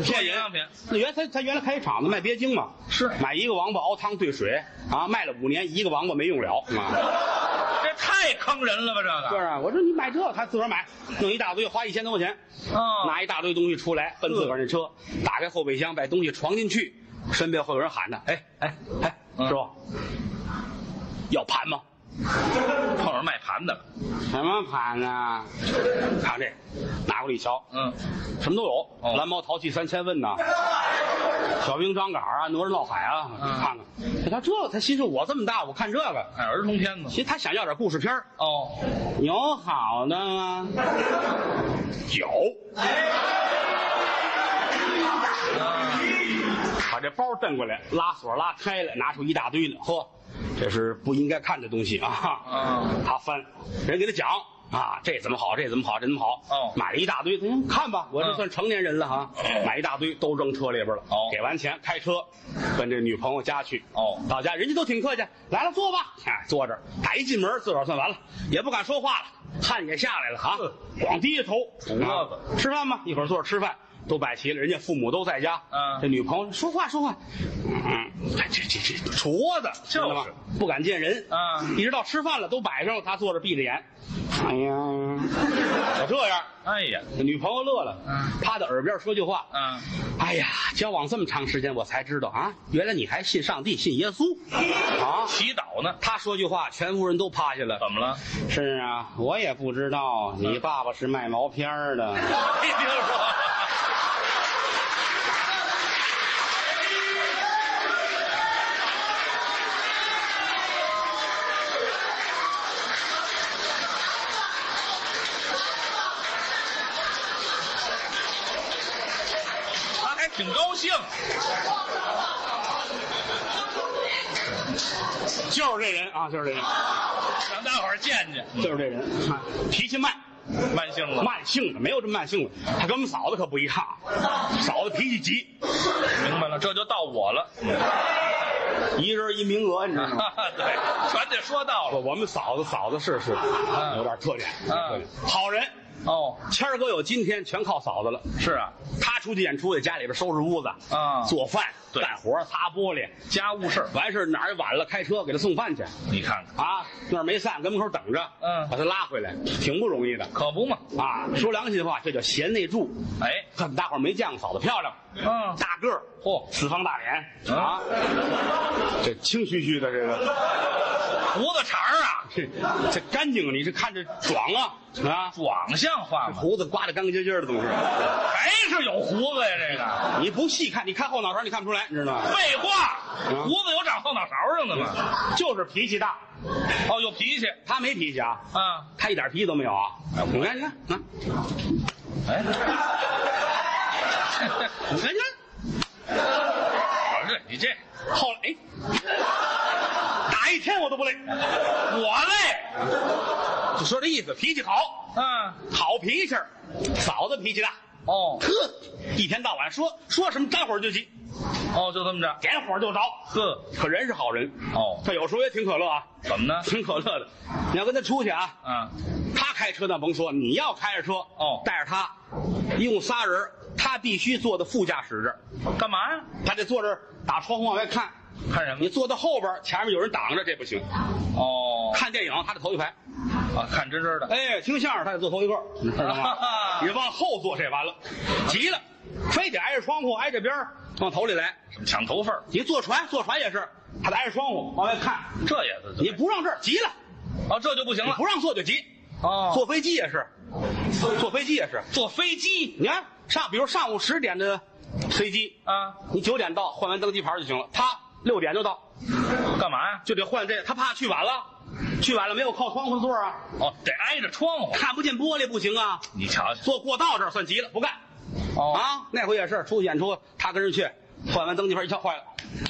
做营养品，
那原他他原来开一厂子卖鳖精嘛，
是
买一个王八熬汤兑水啊，卖了五年，一个王八没用了
<laughs>
啊。
这太坑人了吧？这
对
个
啊，我说你买这个，他自个儿买，弄一大堆，花一千多块钱，
哦
拿一大堆东西出来，奔自个儿那车，打开后备箱，把东西床进去，身边会有人喊他，哎哎哎，
嗯
师傅，要盘吗？
碰上卖盘的了。
什么盘啊？看这，拿过来一瞧，
嗯，
什么都有，
哦
蓝猫淘气三千问 <laughs> 呐，小兵张嘎啊，哪吒闹海啊，
嗯
看看，你看这他心说，我这么大，我看这个，
看哎儿童片子
其实他想要点故事片儿
哦，
有好的吗？有。
啊
把这包蹬过来，拉锁拉开了，拿出一大堆来。呵，这是不应该看的东西啊！
嗯
他翻，人给他讲啊，这怎么好，这怎么好，这怎么好。
哦
买了一大堆，嗯看吧，我这
嗯
算成年人了哈、买一大堆都扔车里边了。
哦
给完钱开车奔这女朋友家去。
哦
到家人家都挺客气，来了坐吧，哎，坐这儿。打一进门，自个儿算完了，也不敢说话了，汗也下来了啊，光低着头，
窝子
啊吃饭吧，一会儿坐着吃饭。都摆齐了，人家父母都在家。
嗯
这女朋友说话说话，嗯，这这这矬子，知道吗不敢见人。
嗯
一直到吃饭了都摆上了，他坐着闭着眼。哎呀，
<laughs>
我这样，
哎呀，
这女朋友乐了，
嗯
趴到耳边说句话，
嗯，
哎呀，交往这么长时间，我才知道啊，原来你还信上帝，信耶稣啊！
祈祷呢？
他说句话，全屋人都趴下了。
怎么了？
是啊，我也不知道，你爸爸是卖毛片儿的。
没听说。他还挺高兴，
就是这人啊，就是这人，
让大伙儿见见，
就是这人，啊脾气慢，
慢性了，
慢性子，没有这么慢性子。他跟我们嫂子可不一样，嫂子脾气急，
明白了，这就到我了。 <laughs>
一人一名额，你知道
啊
吗？
对，全得说到
我
了。
我们嫂子嫂子是是，有点特点，有点特点好人。
哦，
谦儿哥有今天全靠嫂子了。
是啊，
他出去演出去，家里边收拾屋子
啊
做饭、
对
干活、擦玻璃，
家务事儿，
完事儿哪儿晚了开车给他送饭去
你看看，
啊，那儿没散，跟门口等着，
嗯
把他拉回来，挺不容易的
可不嘛。
啊。说良心话，这叫贤内助。
哎，
恨大伙儿没见过嫂子漂亮，
嗯，
大个儿，
嚯
四方大脸
嗯
啊，这清虚虚的这个，
胡子茬儿啊，
这这干净，你是看着爽啊啊，
长像话吗？
胡子刮得干干净净的，总是。
还是有胡子呀？这个
你不细看，你看后脑勺，你看不出来，你知道吗？
废
嗯
话，胡子有长后脑勺上的吗？
就是脾气大，
哦，有脾气
他没脾气啊，
啊。
他一点脾气都没有啊！你看，你看，啊，
哎，
你看，你看，
不是你这
后来，哎，打一天我都不累，
我嘞，
就说这意思，脾气好，
啊，
好脾气儿，嫂子脾气大，
哦
呵，一天到晚说说什么扎火就急，
哦，就这么着。
点火就着。
呵，
可人是好人
哦
他有时候也挺可乐啊，
怎么呢？
挺可乐的。你要跟他出去啊，
嗯，
他开车那甭说，你要开着车
哦
带着他，一共仨人，他必须坐到副驾驶这儿，
干嘛呀？
他得坐这儿打窗户往外看。
看什
你
么？
坐到后边儿，前面有人挡着，这不行。
哦，
看电影，他得头一排。
啊，看真真的。
哎，听相声他得坐头一个，你知道吗？你往后坐，这完了，急了，非得挨着窗户，挨着边儿往头里来。
什么抢头份儿？
你坐船，坐船也是，他得挨着窗户往外看。
这也是
你不让这儿，急了，
哦，这就不行
你
了
不。让坐就急。
哦
坐飞机也是，坐飞机也是。
坐飞机
你看上，比如上午十点的飞机，
啊？
你九点到，换完登机牌就行了。他六点就到，
干嘛呀？
就得换这，他怕去晚了，去晚了没有靠窗户的座儿啊，
哦，得挨着窗户。
看不见玻璃不行啊。
你瞧瞧。
坐过道这儿算急了，不干。
哦，
啊，那回也是出去演出，他跟人去，换完登记牌一瞧，坏了，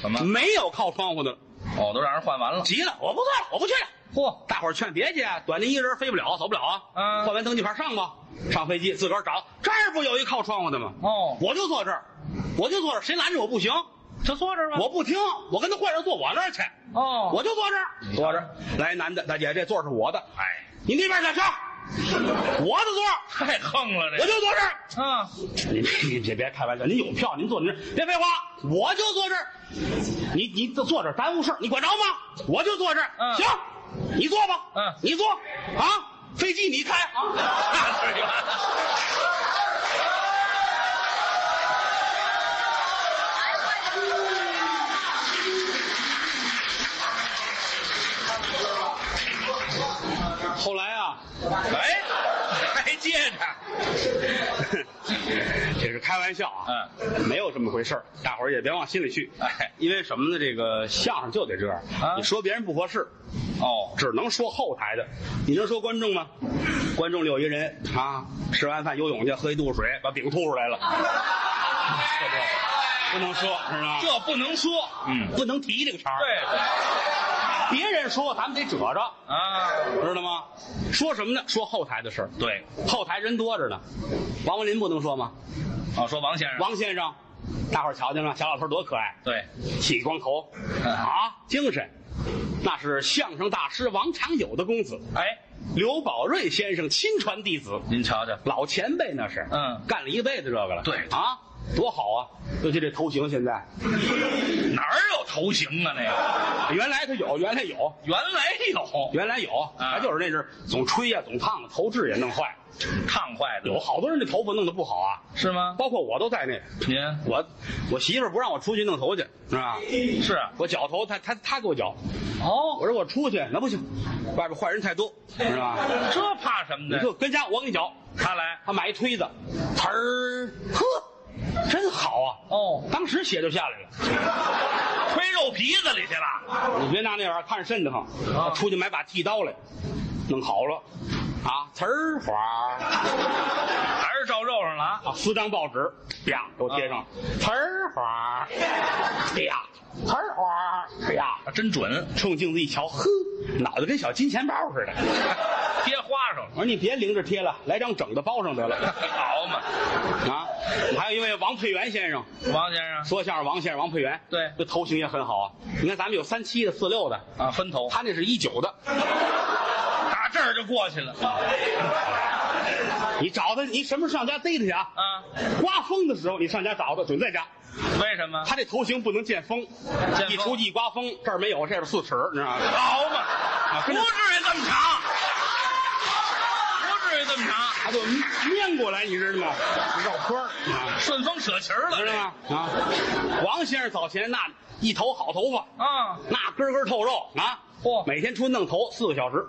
怎么？
没有靠窗户的了，
哦，都让人换完了。
急了，我不坐了，我不去了。
嚯，
大伙儿劝别去啊，短的一人飞不了，走不了啊。
嗯
换完登记牌上吧，上飞机自个儿找，这儿不有一靠窗户的吗？
哦
我就坐这儿，我就坐这儿，谁拦着我不行，
就坐这儿吧。
我不听，我跟他换人坐我那儿去，
啊哦，
我就坐这儿，坐这儿。来一男的，大姐，这座儿是我的，
哎，
你那边下车，我的座儿，
太横了
我
这。
就坐这儿。
啊，
你别别别开玩笑，您有票，您坐您这儿，别废话，我就坐这儿。你你就坐这儿耽误事儿，你管着吗？我就坐这儿，
嗯
行，你坐吧，
嗯
你坐啊，飞机你开 <laughs> 啊。后来啊，
哎，还接着。
这是开玩笑啊，没有这么回事儿，大伙儿也别往心里去。
嗯哎
因为什么呢？这个相声就得这样，
啊
你说别人不合适，
哦，
只能说后台的。你能说观众吗？观众里有一人啊，吃完饭游泳去，喝一肚子水，把饼吐出来了， <laughs> 不能说，知道吗？
这不能说。嗯，
不能提这个茬儿
对对
别人说咱们得褶着，
啊，
知道吗？说什么呢？说后台的事儿。
对。
后台人多着呢，王文林不能说吗？
哦，说王先生。
王先生，大伙儿瞧见了，小老头多可爱，
对，
剃光头，啊，精神，那是相声大师王长友的公子，
哎，
刘宝瑞先生亲传弟子，
您瞧瞧，
老前辈那是，
嗯
干了一辈子这个了，
对
啊，多好啊！尤其这头型，现在
哪儿有头型啊？那个
原来他有，原来有，
原来有，
原来有，
啊
他就是那阵儿总吹呀、总烫，头质也弄坏，
烫坏的
有好多人这头发弄得不好啊，
是吗？
包括我都在内。
您
我我媳妇儿不让我出去弄头去，是吧？
是啊
我绞头，她她她给我绞。
哦，
我说我出去，那不行，外边坏人太多，是吧？
这怕什么
你
呢？
就跟家我给你绞。
他来
他买一推子，呲儿，呵，真好啊！
哦，
当时血就下来了。
吹肉皮子里去了。 <laughs>
你别拿那玩意儿看着瘆得慌。
啊
出去买把剃刀来，弄好了，啊，呲儿花儿，
还是照肉上了啊？
啊，撕张报纸，啪，给我贴上了，呲儿花儿，啪，呲儿花儿，啪，
啊真准，
冲镜子一瞧，呵，脑袋跟小金钱包似的。
贴花上了，
我说你别零着贴了，来张整的包上得了。
好嘛，
啊，还有一位王佩元先生，
王先生
说相声王先生王佩元，
对
这头型也很好啊。你看咱们有三七的、四六的，
啊，分头
他那是一九的。
打这儿就过去了
你找他，你什么时候上家逮他去啊？
啊？
刮风的时候你上家找他，准在家。
为什么？
他这头型不能见风，
风
一出去一刮风，这儿没有，这边四尺，你知道吗？
好嘛，不
跟着
至于这么长，不至于这么长，
他就面过来，你知道吗？绕圈儿，啊
顺风舍旗儿
知道
了
吗？啊，王先生早前那一头好头发，
啊，
那根根透肉啊，
嚯
每天出去弄头四个小时，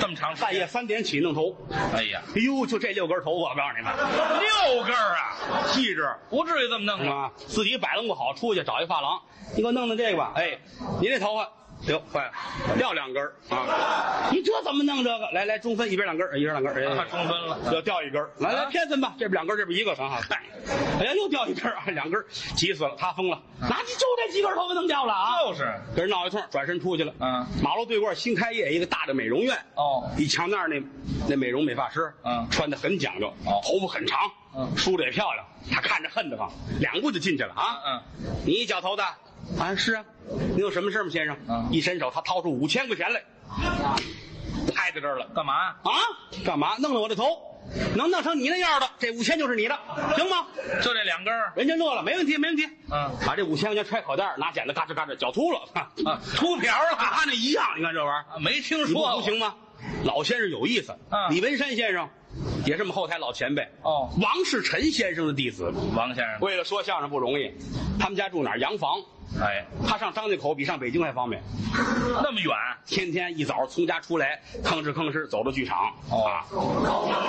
这么长时
半夜
间，
三点起弄头。
哎呀，
哎呦，就这六根头发，我告诉你们，
六根儿啊，
细致啊
不至于这么弄啊
是
吧？
吧？自己摆弄不好，出去找一发廊，你给我弄弄这个吧。哎，您这头发哟，坏了，掉两根儿啊！你这怎么弄？这个来来，中分一边两根儿，一边两根儿，哎，
中啊分啊了，
要掉一根儿。来来，偏分吧，这边两根儿，这边一个，正好。哎，哎呀，又掉一根儿啊，两根儿，急死了，他疯了，
嗯
哪就这几根头发能掉了啊？
就是
跟人闹一通，转身出去了。
嗯，
马路对过新开业一个大的美容院。
哦
一瞧那儿那那美容美发师，
嗯
穿的很讲究，
哦
头发很长，
嗯
梳的也漂亮。他看着恨得慌，两步就进去了啊。
嗯，
你脚头的啊？是啊，您有什么事吗，先生？
嗯
一伸手，他掏出五千块钱来，拍在这儿了。
干嘛？
啊？干嘛？弄了我的头，能弄成你那样的，这五千就是你的，行吗？
就这两根儿，
人家乐了，没问题，没问题。
嗯，
把这五千块钱揣口袋儿，拿剪子嘎吱嘎吱，绞秃了，
啊
秃瓢了，跟他那一样。你看这玩意儿，
啊没
<laughs>
听
你不
说
服
过
行吗？老先生有意思，
嗯
李文山先生也是我们后台老前辈，
哦
王世臣先生的弟子。
王先生，
为了说相声不容易，他们家住哪儿？洋房。
哎，
他上张家口比上北京还方便，
那么远，
天天一早从家出来，吭哧吭哧走到剧场，
哦
啊，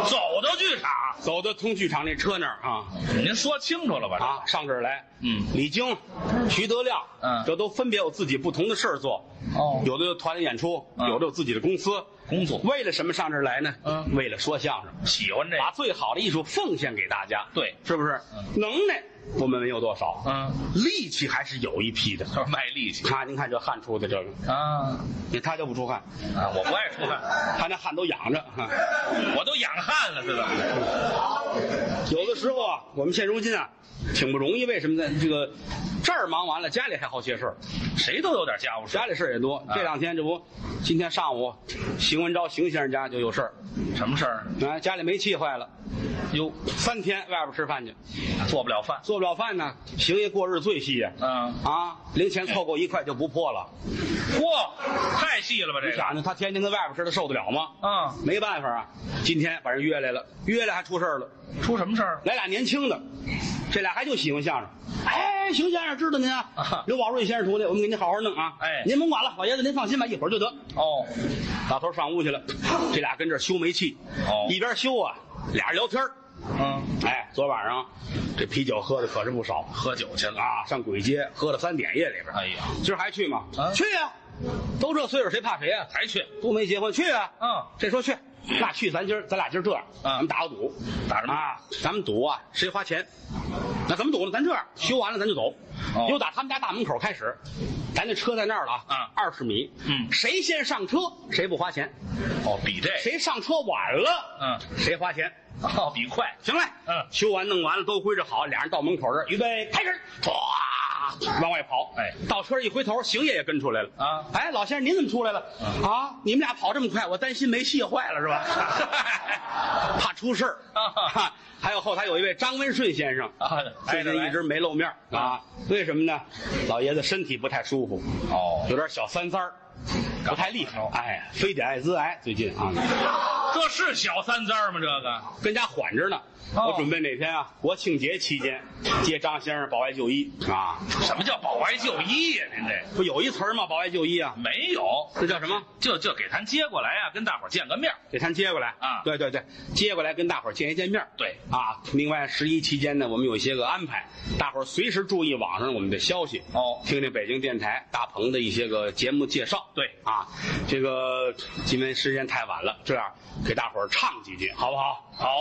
走到剧场，
走到通剧场那车那儿啊
您说清楚了吧？
啊，上这儿来，
嗯
李菁、徐德亮，
嗯
这都分别有自己不同的事儿做，
哦
有的有团里演出，
嗯
有的有自己的公司。
工作
为了什么上这儿来呢？
嗯
为了说相声。
喜欢这
把
个，
最好的艺术奉献给大家，
对
是不是？能耐我们没有多少，
嗯，
力气还是有一批的。
就是卖力气
看，您看这汗出的这个，
啊
你看他就不出汗，
啊！我不爱出汗，
他那汗都养着。 <laughs> 哈
我都养汗了，是吧？
有的时候啊，我们现如今啊，挺不容易。为什么呢？这个这儿忙完了，家里还好些事儿，
谁都有点家务事嗯
家，里事儿也多。这两天这不，今天上午，邢文昭邢先生家就有事儿，
什么事儿呢？
啊，家里煤气坏了，
哟，
三天外边吃饭去，
做不了饭，
做不了饭呢。邢爷过日最细呀、
嗯，
啊，零钱凑够一块就不破了。
嚯，太细了吧这
你
个，
想想，他天天跟外边吃的受得了吗？
啊，
没办法啊，今天把人约来了，约来还出事儿了。
出什么事儿？
来俩年轻的，这俩还就喜欢相声。哎，邢先生知道您啊
啊，
刘宝瑞先生徒弟，我们给您好好弄啊。
哎
您甭管了，老爷子您放心吧，一会儿就得。
哦，
老头上屋去了，这俩跟这儿修煤气，
哦
一边修啊，俩人聊天儿
嗯，
哎，昨晚上这啤酒喝的可是不少
喝酒去了，
啊，上鬼街喝到三点夜里边。
哎呀，
今儿还去吗？
啊
去呀、都这岁数谁怕谁呀、
还去，
都没结婚，去啊！
嗯，
这说去，那去咱今儿咱俩今儿这样，咱们打个赌，
啊打什么
啊？咱们赌啊，谁花钱？那怎么赌呢？咱这样，修完了咱就走，
哦
就打他们家大门口开始，咱这车在那儿了
啊
二十米，
嗯
谁先上车谁不花钱，
哦，比这，
谁上车晚了，
嗯，
谁花钱。
哦，比快，
行嘞，
嗯
修完弄完了都归置好，俩人到门口这儿，预备开始，唰，往外跑。
哎
到车上一回头，邢爷也跟出来了
啊
哎，老先生您怎么出来了？啊，你们俩跑这么快，我担心没戏坏了是吧？
<laughs>
怕出事儿
啊。
<laughs> 还有后台有一位张文顺先生
啊
最
挨着
近
来
一直没露面儿啊，为什么呢？老爷子身体不太舒服，
哦
有点小三三儿，不太厉害。哎，非典艾滋癌最近啊。
这是小三字儿吗？这个，
跟家缓着呢。
哦
我准备哪天啊，国庆节期间接张先生保外就医啊，
什么叫保外就医呀、您这
不有一词儿吗？保外就医啊，
没有，
那叫什么？
就就给咱接过来啊，跟大伙儿见个面儿。
给他接过来
啊
对对对，接过来跟大伙儿见一见面儿。
对
啊，另外十一期间呢，我们有一些个安排，大伙儿随时注意网上我们的消息
哦
听听北京电台大鹏的一些个节目介绍。
对
啊，这个今天时间太晚了，这样给大伙儿唱几句好不好？
好，